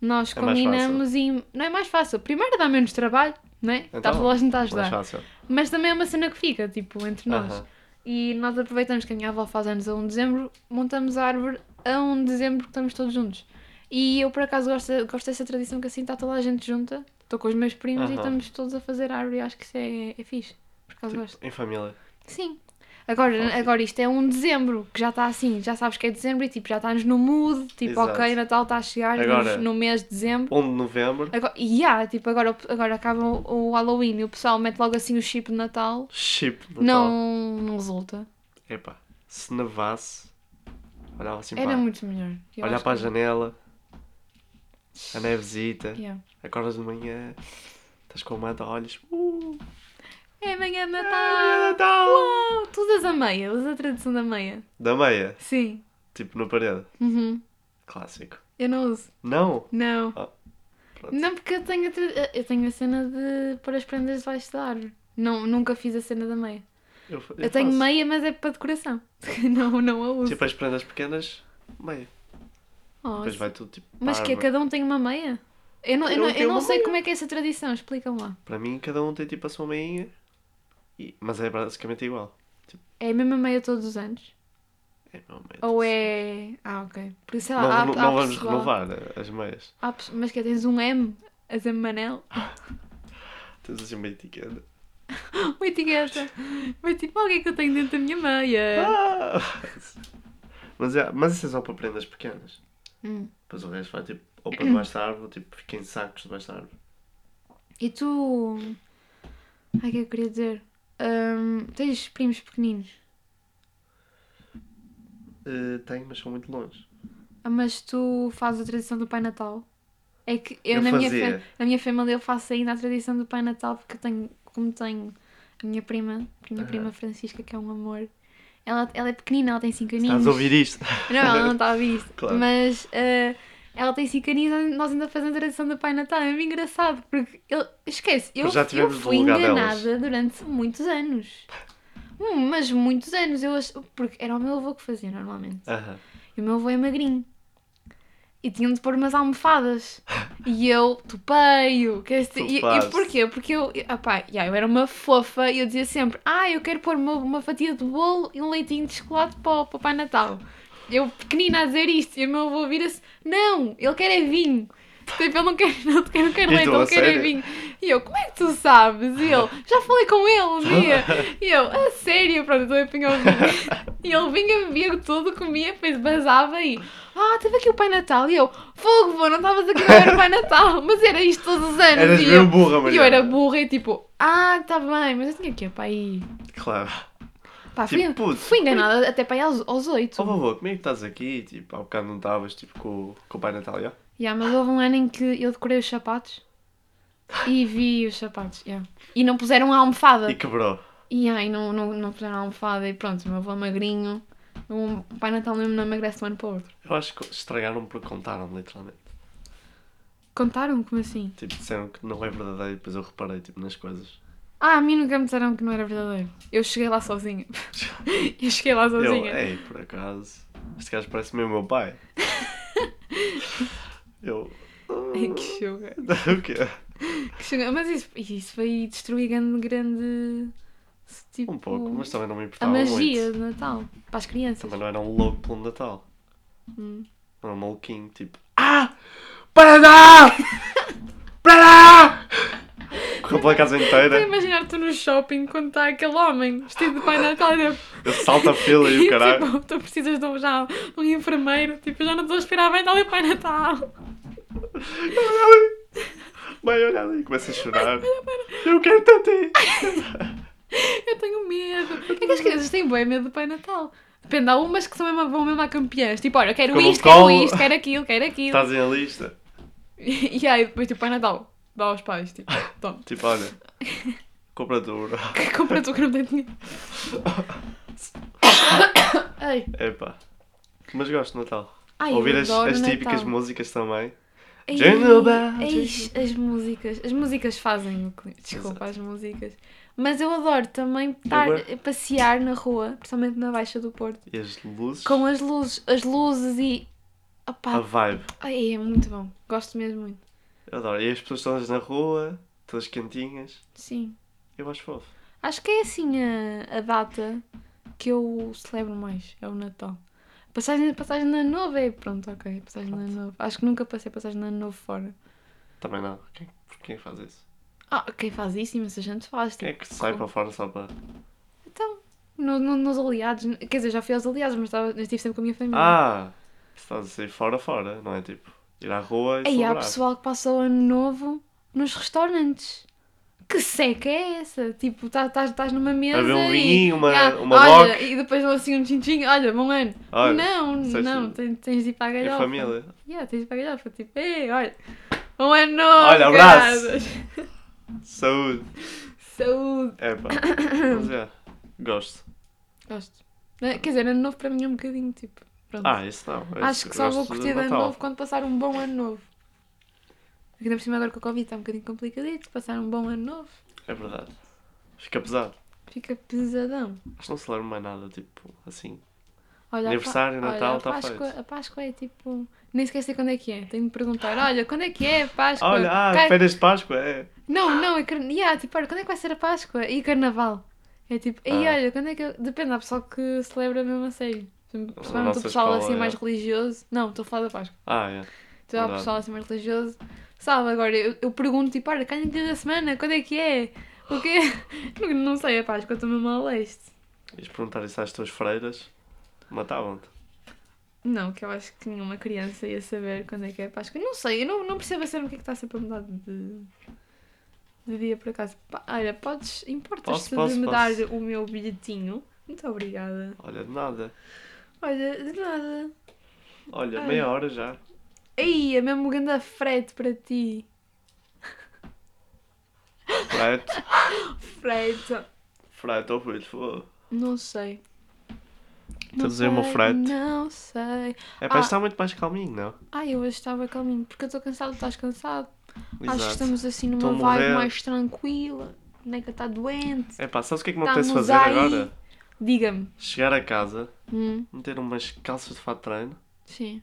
S1: nós
S2: É mais
S1: combinamos e não é mais fácil. Primeiro dá menos trabalho, não é? está
S2: Então,
S1: toda a gente a
S2: Mais
S1: ajudar.
S2: fácil.
S1: Mas também é uma cena que fica, tipo, entre nós.
S2: Aham.
S1: E nós aproveitamos que a minha avó faz anos a 1 de dezembro, montamos a árvore a 1 de dezembro que estamos todos juntos. E eu, por acaso, gosto, gosto dessa tradição que assim está toda a gente junta. Estou com os meus primos e
S2: Aham.
S1: estamos todos a fazer árvore e acho que isso é, é fixe. Por acaso
S2: Tipo,
S1: gosto.
S2: em família.
S1: Sim. Agora,
S2: Fácil.
S1: agora isto é 1 de dezembro, que já está assim, já sabes que é dezembro e tipo, já estás no mood, tipo,
S2: Exato.
S1: ok, Natal está a chegar
S2: Agora-
S1: no mês de dezembro.
S2: 1 de novembro.
S1: Agora, e há, tipo, agora, agora acaba o, o Halloween e o pessoal mete logo assim o chip de Natal.
S2: Chip de Natal.
S1: Não, não resulta.
S2: Epá, se nevasse, olhava assim
S1: Era
S2: para,
S1: muito melhor. Eu
S2: olhar
S1: acho
S2: para a
S1: que-
S2: janela, a nevezita,
S1: Yeah.
S2: acordas de manhã, estás com a manta, olhas, uh,
S1: É amanhã de
S2: é
S1: Natal!
S2: Natal!
S1: Oh, tu usas a meia, usas a tradição da meia.
S2: Da meia,
S1: Sim.
S2: tipo na parede,
S1: Uhum.
S2: clássico.
S1: Eu não uso.
S2: Não,
S1: Não.
S2: Ah, pronto.
S1: não, porque eu tenho, a tra- eu tenho a cena de pôr as prendas debaixo da árvore. Não, nunca fiz a cena da meia.
S2: eu, fa-
S1: Eu, tenho
S2: faço.
S1: meia, mas é para decoração. não, não a uso.
S2: Tipo as prendas pequenas, meia.
S1: Oh,
S2: Depois
S1: isso-
S2: vai tudo tipo.
S1: mas
S2: para
S1: que é,
S2: a árvore.
S1: cada um tem uma meia? Eu não, eu
S2: Cada
S1: não,
S2: um tem
S1: eu não
S2: uma
S1: sei
S2: meia.
S1: como é que é essa tradição, explica-me lá.
S2: Para mim, cada um tem tipo a sua meinha, e... mas é basicamente igual.
S1: É a mesma meia todos os anos?
S2: É meu meio.
S1: Ou é. Ah, ok. Porque sei lá,
S2: Não,
S1: há,
S2: não,
S1: há
S2: não vamos
S1: pessoal-
S2: renovar eh, as meias.
S1: há pes- mas que é, tens um M, a da Manel.
S2: Tens assim uma etiqueta.
S1: Uma etiqueta. Mas tipo, "Ah, o que é que eu tenho dentro da minha meia?
S2: Ah! Mas, é, mas isso é só para prendas pequenas.
S1: Hum.
S2: Depois o resto vai tipo ou para debaixo da árvore, ou tipo fica em sacos debaixo da árvore.
S1: E tu. Ai, o que é que eu queria dizer? Ahm, tens primos pequeninos,
S2: Eh, tenho, mas são muito longe.
S1: Ah, mas tu fazes a tradição do Pai Natal? É que eu,
S2: Eu
S1: na, minha
S2: fazia.
S1: fa- na minha família eu faço ainda a tradição do Pai Natal porque eu tenho, como tenho a minha prima, a minha
S2: Aham.
S1: prima Francisca, que é um amor. Ela, ela é pequenina, ela tem 5 aninhos.
S2: Estás a ouvir isto?
S1: Não, ela não está a ouvir isto.
S2: Claro.
S1: Mas eh, ela tem 5 aninhos, nós ainda fazemos a tradição do Pai Natal. É bem engraçado, porque eu esquece, eu,
S2: Mas já
S1: eu
S2: tivemos no
S1: fui
S2: lugar delas.
S1: enganada durante muitos anos. Hum, mas muitos anos, eu acho, porque era o meu avô que fazia normalmente.
S2: Aham.
S1: E o meu avô é magrinho. E tinham de pôr umas almofadas. E eu tupeio. Quer dizer, e, e
S2: Tupaste.
S1: porquê? Porque eu, opá, yeah, eu era uma fofa e eu dizia sempre: Ah, eu quero pôr uma, uma fatia de bolo e um leitinho de chocolate para o Papai Natal. Eu, pequenina, a dizer isto. E o meu avô vira-se: Não, ele quer é vinho. Tipo, eu não quero, não quero, não quero
S2: E
S1: leite,
S2: tu, Então, a
S1: ele quer é
S2: sério?
S1: vinho. E eu, como é que tu sabes? E ele, já falei com ele um dia. E eu, a sério, pronto, então eu vinha ao vinho. E ele vinha, bebia tudo, comia, depois basava e, ah, teve aqui o Pai Natal. E eu, fogo, vô, não estavas aqui, não era o Pai Natal, mas era isto todos os anos.
S2: Eras
S1: e
S2: mesmo
S1: eu,
S2: burra,
S1: e eu
S2: Mariana.
S1: era burra e tipo, ah, tá bem, mas eu tinha que ir para aí.
S2: Claro.
S1: Pá, fui,
S2: Tipo, puto,
S1: fui enganada até para aí aos- aos oito.
S2: Ó vovô, como é que estás aqui? Tipo, há bocado não estavas tipo, com, o- com o pai Natal, já?
S1: Yeah, mas houve um ano em que eu decorei os sapatos e vi os sapatos, yeah. E não puseram a almofada.
S2: E quebrou.
S1: E aí não, não, não puseram a almofada e pronto, o meu avô é magrinho, o Pai Natal mesmo não emagrece de um ano para o outro.
S2: Eu acho que estragaram porque contaram, literalmente.
S1: Contaram-me como assim?
S2: Tipo, disseram que não é verdadeiro e depois eu reparei, tipo, nas coisas.
S1: Ah, a mim nunca me disseram que não era verdadeiro. Eu cheguei lá sozinha. Eu cheguei lá
S2: Eu, é.
S1: sozinha.
S2: ei, por acaso, este gajo parece mesmo meu pai. eu...
S1: Ai, que chuga.
S2: O quê?
S1: Que chuga. Mas isso, isso foi destruir grande, grande. Tipo,
S2: Um pouco, mas também não me
S1: a
S2: importava
S1: magia
S2: muito.
S1: de Natal para as crianças.
S2: Também não era um louco pelo Natal.
S1: Hum.
S2: Era um maluquinho, tipo... Ah! Para lá! Para lá! Correu pela casa
S1: Estou a
S2: inteira,
S1: imaginar-te no shopping quando está aquele homem vestido de Pai Natal e eu-
S2: eu salto a fila e o caralho.
S1: tipo, tu precisas de um, já, um enfermeiro, tipo, eu já não estou a esperar bem, está ali o Pai Natal.
S2: Olha ali. Mãe, olha ali. Começa a chorar. Eu quero tanto ir.
S1: Eu tenho medo. É que as crianças têm bem medo do Pai Natal. Depende, há umas que são mesmo, vão mesmo a campeãs. Tipo, olha, eu quero
S2: Como um Tá.
S1: isto, quero
S2: colo.
S1: isto, quero aquilo, quero aquilo.
S2: Estás em lista?
S1: E, aí depois, tipo, Pai Natal, dá aos pais, tipo, toma.
S2: Tipo, olha. Compra duro.
S1: Compra tu que não tem dinheiro. Ai,
S2: Epá. Mas gosto do Natal.
S1: ai,
S2: Ouvir
S1: eu
S2: as,
S1: adoro
S2: as típicas
S1: Natal.
S2: músicas também.
S1: Ai,
S2: Jingle bell,
S1: ai,
S2: jingle.
S1: as músicas, as músicas fazem o clima. Desculpa,
S2: Exato.
S1: as músicas. Mas eu adoro também estar
S2: Agora-
S1: a passear na rua, principalmente na Baixa do Porto,
S2: E as luzes.
S1: com as luzes, as luzes e
S2: A
S1: opá,
S2: vibe.
S1: ai, é muito bom. Gosto mesmo muito.
S2: Eu adoro. E as pessoas todas na rua. Todas quentinhas.
S1: Sim.
S2: Eu acho fofo.
S1: Acho que é assim a, a data que eu celebro mais, é o Natal. Passagem, passagem de ano novo é pronto, ok. Passagem de ano novo. Acho que nunca passei passagem de ano novo fora.
S2: Também não. Quem, por quem é faz isso?
S1: Ah, quem faz isso, imensa gente faz. tipo,
S2: Quem é que sai para fora só para...
S1: Hum. Então, no- no- nos aliados, quer dizer, já fui aos aliados, mas estava, eu estive sempre com a minha família.
S2: Ah! Estás a sair fora, fora. Não é tipo... Ir à rua e
S1: Aí há
S2: celebrar.
S1: pessoal que passa o ano novo nos restaurantes. Que seca é essa? Tipo, estás numa mesa.
S2: A ver um
S1: e-
S2: vinho, uma-
S1: Ah,
S2: uma
S1: olha,
S2: vodka.
S1: E depois dão assim um tintinho, olha, bom ano.
S2: Olha,
S1: não,
S2: disseste-
S1: não, ten- tens, de ir para a
S2: É
S1: galhofa.
S2: família.
S1: Yeah, tens de ir para a galhofa. Tipo, ei, olha, bom ano novo.
S2: Olha, abraço.
S1: caralhas.
S2: Saúde.
S1: Saúde.
S2: É pá. Mas é. Gosto.
S1: Gosto. Não, Quer dizer, ano novo para mim é um bocadinho tipo. Pronto.
S2: Ah, isso não. Isso-
S1: Acho que só vou
S2: gosto
S1: curtir de ano
S2: Natal.
S1: novo quando passar um bom ano novo. Porque ainda por cima agora com a Covid está um bocadinho complicadito. Passar um bom ano novo
S2: É verdade. Fica pesado.
S1: fica pesadão.
S2: Acho que não celebro mais nada, tipo, assim.
S1: Olha, a
S2: Aniversário, Natal,
S1: olha, a
S2: tá
S1: Páscoa,
S2: feito.
S1: A Páscoa é tipo. Nem sequer sei quando é que é. Tenho de perguntar. Olha, quando é que é a Páscoa?
S2: Olha, ah,
S1: Cai-
S2: férias de Páscoa, é.
S1: Não, não, é car... yeah, tipo, olha, quando é que vai ser a Páscoa? E Carnaval? É tipo, e
S2: Ah.
S1: olha, quando é que. eu- Depende, há pessoal que celebra mesmo a sério. Principalmente o
S2: nossa
S1: pessoal
S2: escola,
S1: assim
S2: é.
S1: mais religioso. Não, estou a falar da Páscoa.
S2: Ah, é.
S1: Já o
S2: Verdade.
S1: pessoal assim mais religioso. Sabe, agora eu, eu pergunto tipo, olha, calha no dia da semana, quando é que é? O quê? Não, não sei, a Páscoa estou mesmo a leste.
S2: Ias perguntar isso às tuas freiras, matavam-te.
S1: Não, que eu acho que nenhuma criança ia saber quando é que é a Páscoa. Não sei, eu não, não percebo a cena porque é que está sempre a mudar de, de dia por acaso. Pa- olha, podes, importas-te
S2: Posso, posso,
S1: de me
S2: posso.
S1: dar o meu bilhetinho? Muito obrigada.
S2: Olha, de nada.
S1: Olha, de nada.
S2: Olha,
S1: Ah.
S2: meia hora já.
S1: Ei, é mesmo um grande frete para ti.
S2: Frete,
S1: Frete.
S2: frete ao filho, foda.
S1: Não sei.
S2: Estou a dizer o meu
S1: sei,
S2: frete.
S1: Não sei.
S2: É
S1: Ah.
S2: para estar muito mais calminho, não?
S1: Ai, eu hoje estava calminho, porque eu estou cansado, estás cansado. Acho que
S2: Exato.
S1: estamos assim numa
S2: Estou a
S1: vibe
S2: morrer.
S1: mais tranquila. Nem que está doente.
S2: É pá, sabes o que é que me
S1: Estamos
S2: apetece fazer
S1: aí.
S2: agora?
S1: Diga-me.
S2: Chegar a casa,
S1: Hum,
S2: meter umas calças de fato de treino
S1: sim.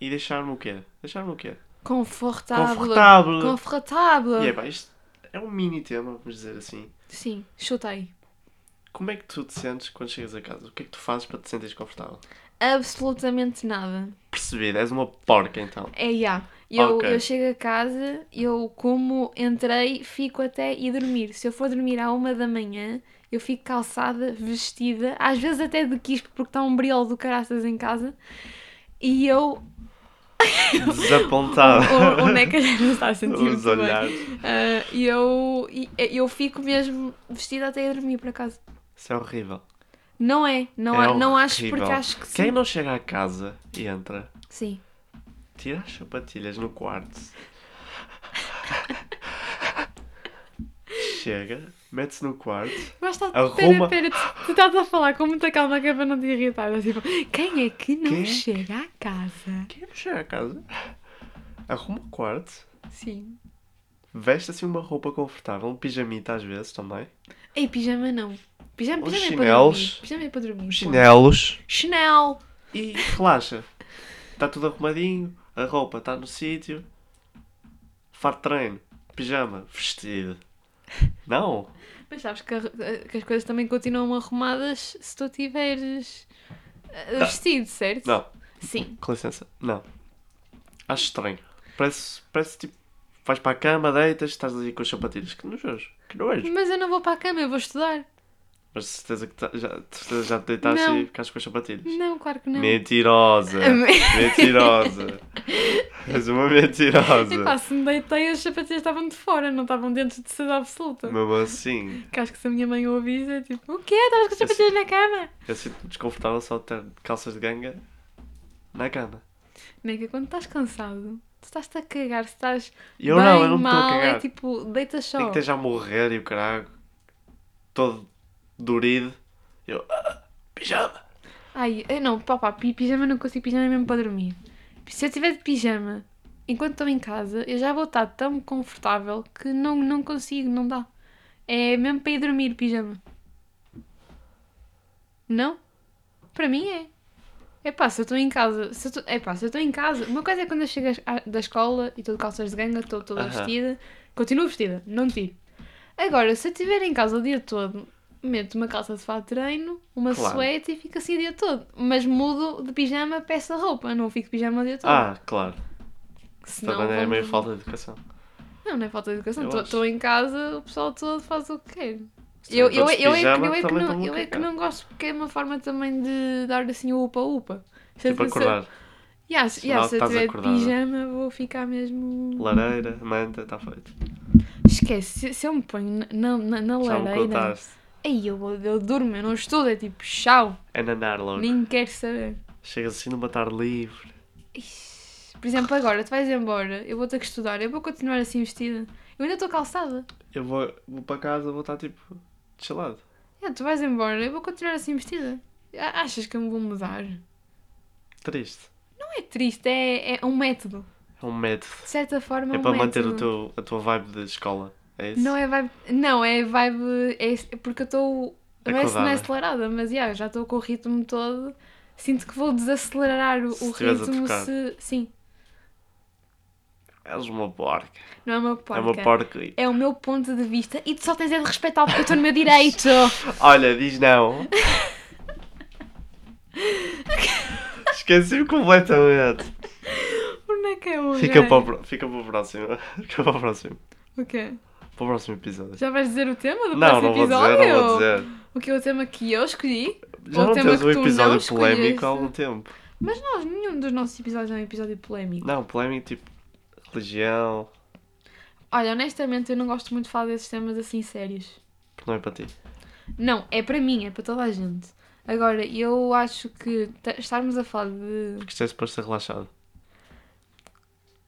S2: E deixar-me o quê? Deixar-me o quê?
S1: Confortável.
S2: Confortável.
S1: Confortável.
S2: E é pá, isto é um mini tema, vamos dizer assim.
S1: Sim, chutei.
S2: Como é que tu te sentes quando chegas a casa? O que é que tu fazes para te sentir confortável?
S1: Absolutamente nada.
S2: Percebido, és uma porca então.
S1: É, já. Eu,
S2: Ok.
S1: eu chego a casa, eu como, entrei, fico até ir dormir. Se eu for dormir à uma da manhã, eu fico calçada, vestida, às vezes até de quispo, porque está um briol do caraças em casa. E eu.
S2: Desapontado.
S1: O, o Neca já não está a sentir muito
S2: Os
S1: bem.
S2: olhares.
S1: Ah, E eu, e- eu fico mesmo vestida até ir dormir, por acaso.
S2: Isso é horrível.
S1: Não é, não,
S2: é
S1: há- não acho,
S2: horrível.
S1: porque acho que sim.
S2: Quem não chega a casa e entra,
S1: Sim.
S2: tira as sapatilhas no quarto. chega, mete-se no quarto.
S1: Mas está,
S2: Arruma-
S1: pera, pera, tu, tu estás a falar com muita calma que é para não te irritar. é Tipo, quem é que não
S2: Quem é que-
S1: chega à casa?
S2: Quem não chega a casa? Arruma o quarto.
S1: Sim.
S2: Veste assim uma roupa confortável, um pijamita às vezes também.
S1: Ei, pijama não. Pijama,
S2: Os
S1: pijama é para
S2: chinelos.
S1: dormir. Pijama é para dormir.
S2: Chinelos.
S1: Chinel.
S2: E relaxa. Está tudo arrumadinho, a roupa está no sítio. Fato de treino, pijama, vestido. Não,
S1: Mas sabes que, a- que as coisas também continuam arrumadas se tu tiveres eh, vestido, certo?
S2: não,
S1: Sim.
S2: com licença, não. Acho estranho. Parece, parece tipo, vais para a cama, deitas, estás ali com as sapatilhas. Que nojo, que nojo.
S1: Mas eu não vou para a cama, eu vou estudar.
S2: Mas de certeza que tá- já, de certeza já te deitaste
S1: Não.
S2: e ficaste com as sapatilhas.
S1: Não, claro que não.
S2: Mentirosa, mentirosa. És uma
S1: Epá,
S2: mentirosa.
S1: se me deitei, as sapatilhas estavam de fora, não estavam dentro de seda absoluta.
S2: Mesmo assim,
S1: Que acho que se a minha mãe ouvisse, é tipo, o quê? Estavas com as sapatilhas na cama?
S2: Eu sinto-me assim desconfortável só de ter calças de ganga na cama.
S1: Nem que quando estás cansado, tu estás-te a cagar, se estás
S2: E eu
S1: bem,
S2: não, eu não me estou a
S1: mal,
S2: cagar.
S1: é tipo, deita só.
S2: Nem que esteja a morrer e o caralho, todo durido. Eu, "Ah, pijama.
S1: Ai, eu não, papá, pijama não consigo, pijama é mesmo para dormir. Se eu estiver de pijama, enquanto estou em casa, eu já vou estar tão confortável que não, não consigo, não dá. É mesmo para ir dormir, pijama. Não? Para mim é. É pá, se eu estou em casa, se eu estou- epá, se eu estou em casa, uma coisa é quando eu chego a- da escola e estou de calças de ganga, estou toda
S2: Aham.
S1: vestida, continuo vestida, não tiro. Agora, se eu estiver em casa o dia todo, meto uma calça de fato de treino, uma
S2: Claro.
S1: suéte e fico assim o dia todo. Mas mudo de pijama, peço a roupa, não fico de pijama o dia todo.
S2: Ah, claro.
S1: Senão
S2: Também é
S1: vão-
S2: meio falta de educação.
S1: Não, não é falta de educação.
S2: Eu acho.
S1: Estou em casa, o pessoal todo faz o que quer.
S2: Se
S1: Eu,
S2: estão
S1: eu,
S2: todos
S1: eu,
S2: de
S1: é, que,
S2: pijama,
S1: eu, é, que
S2: também estão
S1: não,
S2: a
S1: eu é que
S2: cagar.
S1: não gosto, porque é uma forma também de dar assim o upa-upa. Se eu
S2: Tipo
S1: tivesse-
S2: acordar.
S1: Yeah, se- yeah,
S2: Sinal que
S1: se eu
S2: estás
S1: tiver de
S2: acordada.
S1: pijama, vou ficar mesmo.
S2: Lareira, manta, está feito.
S1: Esquece, se, se eu me ponho na, na, na
S2: Já me
S1: lareira.
S2: contaste.
S1: Aí eu, vou- eu durmo, eu não estudo, é tipo, tchau,
S2: É nanar logo.
S1: nem quero saber.
S2: Chegas assim numa tarde livre.
S1: Ixi, Por exemplo, agora tu vais embora, eu vou ter que estudar, eu vou continuar assim vestida. Eu ainda estou calçada.
S2: Eu vou, vou para casa, vou estar tipo, chalado.
S1: Yeah, É, tu vais embora, eu vou continuar assim vestida. A- Achas que eu me vou mudar?
S2: Triste.
S1: Não é triste, é, é um método.
S2: É um método.
S1: De certa forma,
S2: É
S1: um
S2: para manter
S1: método.
S2: o teu, a tua vibe de escola. É isso?
S1: Não é vibe. Não, é vibe. É, esse- porque eu estou. Não é, não
S2: Acordada.
S1: é acelerada, mas yeah, já estou com o ritmo todo. Sinto que vou desacelerar o,
S2: Se
S1: o
S2: estiveres a
S1: ritmo
S2: tocar.
S1: se. Sim,
S2: És uma porca.
S1: não é uma porca.
S2: É uma porca.
S1: É o meu ponto de vista e tu só tens é de respeitar porque eu estou no meu direito.
S2: Olha, diz não. Esqueci-me completamente.
S1: Onde é que é hoje?
S2: Fica para, o pró- fica para o próximo. Fica para o próximo.
S1: O quê?
S2: Para o próximo episódio.
S1: Já vais dizer o tema do
S2: Não,
S1: próximo
S2: não vou
S1: episódio?
S2: dizer, não vou dizer.
S1: O que é o tema que eu escolhi?
S2: Já
S1: Ou
S2: não
S1: tema
S2: temos
S1: que
S2: um
S1: tu não
S2: episódio
S1: escolheste.
S2: polémico há algum tempo.
S1: Mas nós, nenhum dos nossos episódios é um episódio polémico.
S2: Não, polémico tipo religião.
S1: Olha, honestamente, eu não gosto muito de falar desses temas assim sérios.
S2: Não é para ti.
S1: Não, é para mim, é para toda a gente. Agora, eu acho que ta- estarmos a falar de.
S2: Porque isto é suposto ser relaxado.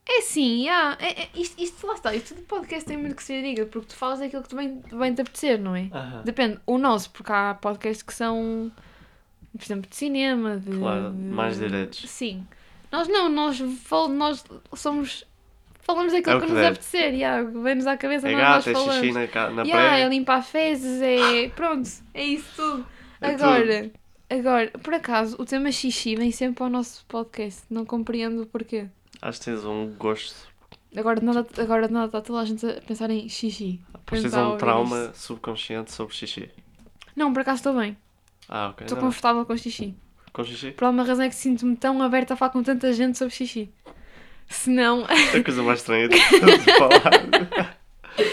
S1: É sim, já. É, é- isto, isto lá está, isto do podcast tem muito que se lhe diga, porque tu falas daquilo que te bem, bem te apetecer, não é?
S2: Aham.
S1: Depende, o nosso, porque há podcasts que são, por exemplo, de cinema, de.
S2: Claro,
S1: de-
S2: mais direitos.
S1: Sim. Nós não, nós, fal- nós somos. Falamos daquilo
S2: É o
S1: que,
S2: que
S1: nos
S2: der.
S1: apetecer, já. o que Vem-nos à cabeça,
S2: É
S1: nós,
S2: gato, é
S1: nós falamos.
S2: xixi na, ca- na
S1: Yeah,
S2: praia.
S1: é limpar fezes, é. Pronto, é isso tudo.
S2: É
S1: Agora, Agora, por acaso, o tema xixi vem sempre ao nosso podcast. Não compreendo o porquê.
S2: Acho que tens um gosto.
S1: Agora de nada, agora de nada está toda a gente a pensar em xixi.
S2: Depois tens
S1: Quem está a
S2: um
S1: ouvir
S2: trauma subconsciente sobre xixi.
S1: Não, por acaso estou bem.
S2: Ah, ok.
S1: Estou
S2: não.
S1: confortável com xixi.
S2: Com xixi?
S1: Por alguma razão é que sinto-me tão aberta a falar com tanta gente sobre xixi. Se não.
S2: É a coisa mais estranha de de falar.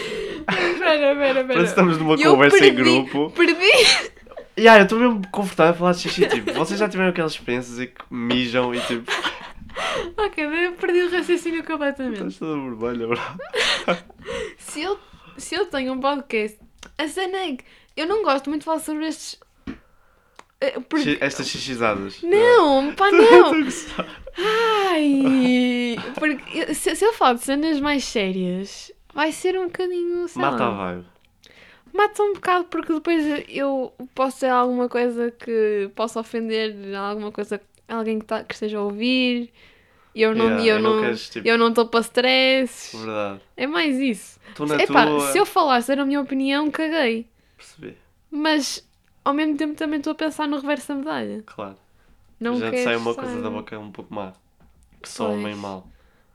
S1: Espera, espera,
S2: Parece que
S1: espera.
S2: estamos numa
S1: Eu
S2: conversa
S1: perdi-
S2: em grupo.
S1: Perdi!
S2: E ah, eu estou mesmo confortável a falar de xixi. Tipo, vocês já tiveram aquelas experiências em que mijam e tipo,
S1: Ok, eu perdi o raciocínio completamente.
S2: estás toda vermelha, é bro.
S1: Se eu, se eu tenho um podcast, a cena é que eu não gosto muito de falar sobre estes. eh, por-
S2: Xi- Estas xixizadas. Ah.
S1: Não, pá,
S2: Estou
S1: não!
S2: a gostar.
S1: Ai! Porque eu- se, se eu falo de cenas mais sérias, vai ser um bocadinho. Sei
S2: Mata a
S1: lá,
S2: vibe.
S1: mata um bocado, porque depois eu posso ter alguma coisa que possa ofender alguma coisa alguém que, tá, que esteja a ouvir. E eu não.
S2: Yeah,
S1: e eu
S2: e não
S1: não
S2: queres, tipo-
S1: eu não estou para stress.
S2: Verdade.
S1: É mais isso.
S2: Tu na
S1: Epá,
S2: tua.
S1: se eu falasse era a minha opinião, caguei.
S2: Percebi,
S1: Mas ao mesmo tempo também estou a pensar no reverso da medalha.
S2: claro.
S1: Não
S2: já te
S1: queres
S2: sai uma coisa
S1: estar-
S2: da boca um pouco má. Que soa
S1: Pois.
S2: meio mal.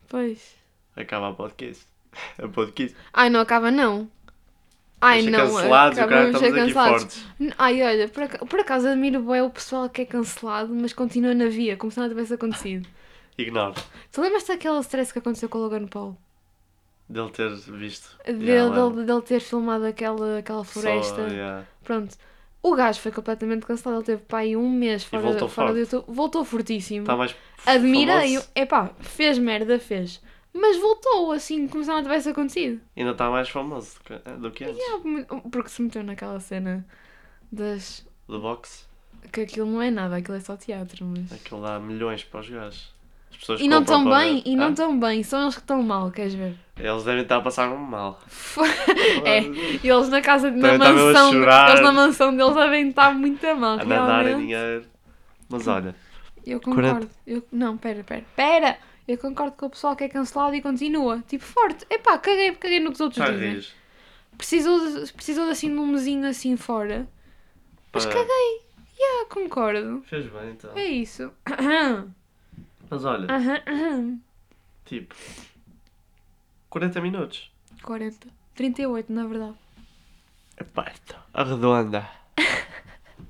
S1: Pois.
S2: Acaba a podcast. A podcast.
S1: Ai, não acaba não. Ai,
S2: Deixa
S1: não.
S2: cancelados, o cara
S1: acabamos de ser
S2: estamos aqui
S1: cancelados.
S2: fortes.
S1: Ai, olha, por, aca- por acaso admiro bem o pessoal que é cancelado, mas continua na via, como se nada tivesse acontecido.
S2: Ignoro.
S1: Tu lembras daquele stress que aconteceu com o Logan Paul?
S2: Dele ter visto.
S1: Dele,
S2: Yeah, lembro.
S1: dele, dele ter filmado aquela, aquela
S2: Só,
S1: floresta.
S2: yeah.
S1: Pronto. O gajo foi completamente cancelado, ele teve pai um mês fora,
S2: voltou
S1: fora do
S2: forte.
S1: YouTube. Voltou fortíssimo.
S2: Está Tá mais.
S1: Admirei-o.
S2: famoso.
S1: Epá, fez merda, fez. Mas voltou assim, como se nada tivesse acontecido.
S2: Ainda está mais famoso do que- do que antes.
S1: Ah, Porque se meteu naquela cena das.
S2: Do boxe.
S1: que aquilo não é nada, aquilo é só teatro, mas.
S2: Aquilo dá milhões para os gajos. As pessoas
S1: E não
S2: compram
S1: tão
S2: para
S1: bem,
S2: ver.
S1: e não
S2: Ah,
S1: tão bem, são eles que estão mal, queres ver?
S2: Eles devem estar a passar um mal.
S1: é, eles na casa, na
S2: Também estavam a
S1: mansão,
S2: chorar.
S1: eles na mansão deles devem estar muito a mal,
S2: A nadar em
S1: realmente.
S2: dinheiro. Mas
S1: Hum.
S2: olha,
S1: Eu concordo, eu, não, pera, pera, pera! Eu concordo com o pessoal que é cancelado e continua, tipo, forte, epá, caguei, caguei no que os outros
S2: já
S1: dizem.
S2: rios.
S1: precisou, de- precisou de, assim de um mesinho assim fora. Mas
S2: Pá,
S1: caguei. Yeah, concordo.
S2: Fez bem então.
S1: É isso.
S2: Mas
S1: Ah.
S2: olha, tipo. 40 minutos.
S1: 40. 38, na verdade.
S2: Epá, então, arredonda.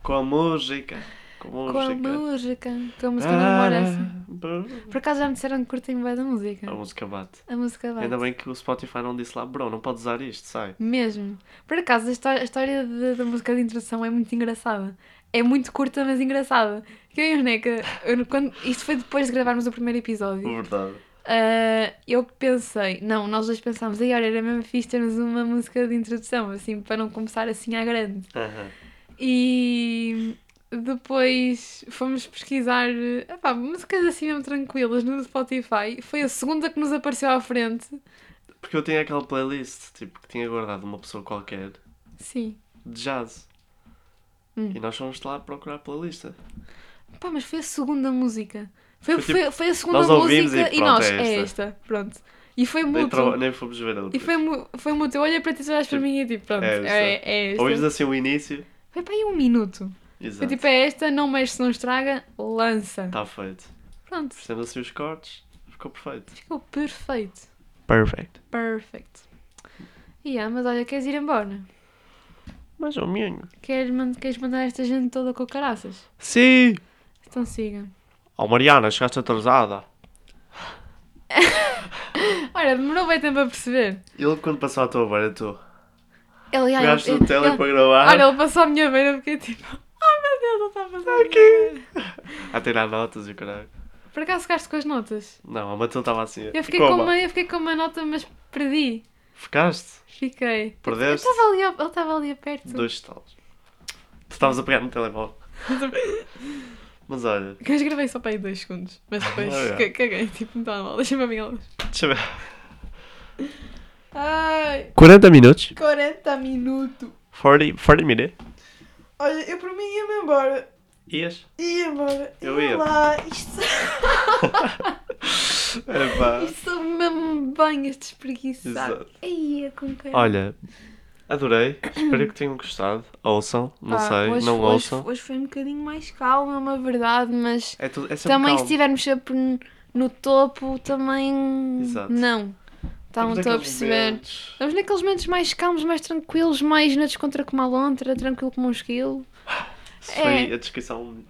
S2: Com a música. Com a
S1: Com a
S2: música.
S1: música. Com a música namora assim.
S2: Ah,
S1: Por acaso já me disseram que curtem bem da música.
S2: A música bate.
S1: A música vai.
S2: Ainda bem que o Spotify não disse lá, bro, não pode usar isto, sai.
S1: Mesmo. Por acaso, a histó- a história, de- da música de introdução é muito engraçada. É muito curta, mas engraçada. Que eu e o Neca, eu- quando, isto foi depois de gravarmos o primeiro episódio.
S2: Verdade.
S1: Ah, eu pensei, não, nós dois pensámos, aí olha, era mesmo fixe termos uma música de introdução, assim, para não começar assim à grande.
S2: Aham.
S1: E depois fomos pesquisar eh, epá, músicas assim mesmo tranquilas no Spotify. Foi a segunda que nos apareceu à frente.
S2: Porque eu tinha aquela playlist, tipo, que tinha guardado uma pessoa qualquer
S1: Sim.
S2: de jazz.
S1: Hum.
S2: E nós fomos lá procurar pela lista.
S1: Pá, mas foi a segunda música. Foi,
S2: Foi tipo,
S1: foi, foi a segunda
S2: nós ouvimos e
S1: música e,
S2: pronto,
S1: nós,
S2: é
S1: é
S2: esta.
S1: esta. Pronto. E foi
S2: Nem, tro-
S1: mútuo.
S2: nem fomos ver a outra.
S1: E foi, mu- foi mútuo. Eu olhei para ti, tu olhas para
S2: Tipo,
S1: mim e tipo, pronto,
S2: é esta.
S1: é, é esta.
S2: Ouvimos assim o início.
S1: Foi para aí um minuto. Foi
S2: Exato.
S1: tipo, é esta, não mexe se não estraga, lança.
S2: Está feito.
S1: Pronto,
S2: Fizemos assim os cortes. Ficou perfeito.
S1: ficou perfeito.
S2: Perfeito.
S1: Perfect. Yeah, mas olha, queres ir embora?
S2: Mas o minho.
S1: Queres, man- queres mandar esta gente toda com caraças?
S2: Sim!
S1: Então siga.
S2: Oh Mariana, chegaste atrasada.
S1: Olha, demorou bem tempo a perceber.
S2: Ele quando passou à tua beira, tu
S1: Ele, ai,
S2: pegaste
S1: ele-
S2: o tele
S1: ele-
S2: para gravar.
S1: Olha, ele passou à minha beira, eu fiquei tipo, oh meu Deus, ele está a passar. aqui.
S2: Tá A tirar notas e o caralho.
S1: Por acaso ficaste com as notas?
S2: Não, a Matilde estava assim.
S1: Eu fiquei,
S2: Coma.
S1: com uma, eu fiquei com uma nota, mas perdi.
S2: Ficaste?
S1: Fiquei. Eu assim.
S2: Perdeste?
S1: estava ali, ao- ele estava ali perto.
S2: Dois estalos. Tu estavas a pegar no telemóvel. Mas olha,
S1: Que eu gravei só para aí dois segundos, mas depois
S2: Ah, é.
S1: ca- caguei, tipo, não estava mal, deixa-me a minha luz.
S2: deixa eu ver.
S1: Ai,
S2: 40 minutos?
S1: 40 minutos.
S2: 40, 40 minutos?
S1: Olha, eu por mim ia-me embora,
S2: Ias?
S1: ia embora,
S2: Eu ia.
S1: lá, isto,
S2: Epá.
S1: isto são mesmo bem estes preguiçados.
S2: Exato.
S1: Aí, com cara.
S2: Olha, Adorei. Espero que tenham gostado. Ouçam, não
S1: Pá,
S2: sei,
S1: Ah, hoje,
S2: não
S1: hoje,
S2: ouçam.
S1: Hoje foi um bocadinho mais calmo, é uma verdade, mas
S2: É, tudo, é sempre
S1: também se
S2: calmo.
S1: estivermos sempre n- no topo, também.
S2: Exato.
S1: Não. Estão,
S2: Temos
S1: estou a
S2: aqueles
S1: perceber.
S2: momentos.
S1: Estamos naqueles momentos mais calmos, mais tranquilos, mais na descontra como a lontra, tranquilo como um esquilo.
S2: Isso
S1: É.
S2: foi a descrição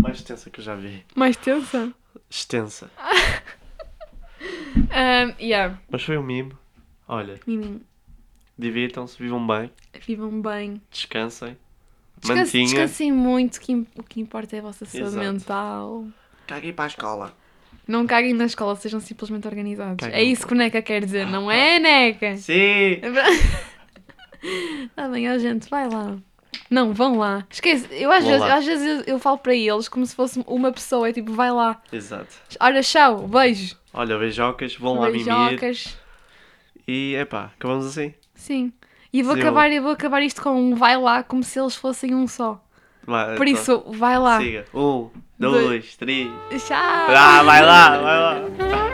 S2: mais extensa que eu já vi.
S1: Mais tensa.
S2: Extensa.
S1: Um, yeah.
S2: Mas foi um mimo. Olha,
S1: Menino,
S2: divirtam-se, vivam bem,
S1: vivam bem.
S2: descansem.
S1: Descanse-
S2: mantinha.
S1: Descansem muito, que im- o que importa é a vossa saúde
S2: Exato.
S1: mental.
S2: Caguei para a escola.
S1: Não caguem na escola, sejam simplesmente organizados.
S2: Caguem.
S1: É isso que o NECA quer dizer, não é, NECA?
S2: Sim!
S1: Tá bem, ó gente, vai lá. Não, vão lá. Esquece, eu às
S2: Vão
S1: vezes,
S2: lá.
S1: às vezes eu, eu falo para eles como se fosse uma pessoa, é tipo, vai lá.
S2: Exato.
S1: Olha, tchau, beijo.
S2: Olha, beijocas, vão lá mimir.
S1: Beijocas.
S2: E epá, acabamos assim.
S1: Sim. E vou
S2: Sim,
S1: acabar, eu vou acabar isto com um vai lá, como se eles fossem um só.
S2: Vá,
S1: Por
S2: então,
S1: isso, vai lá.
S2: Siga. Um,
S1: Dois.
S2: dois, três.
S1: Tchau.
S2: Ah, vai lá, vai lá.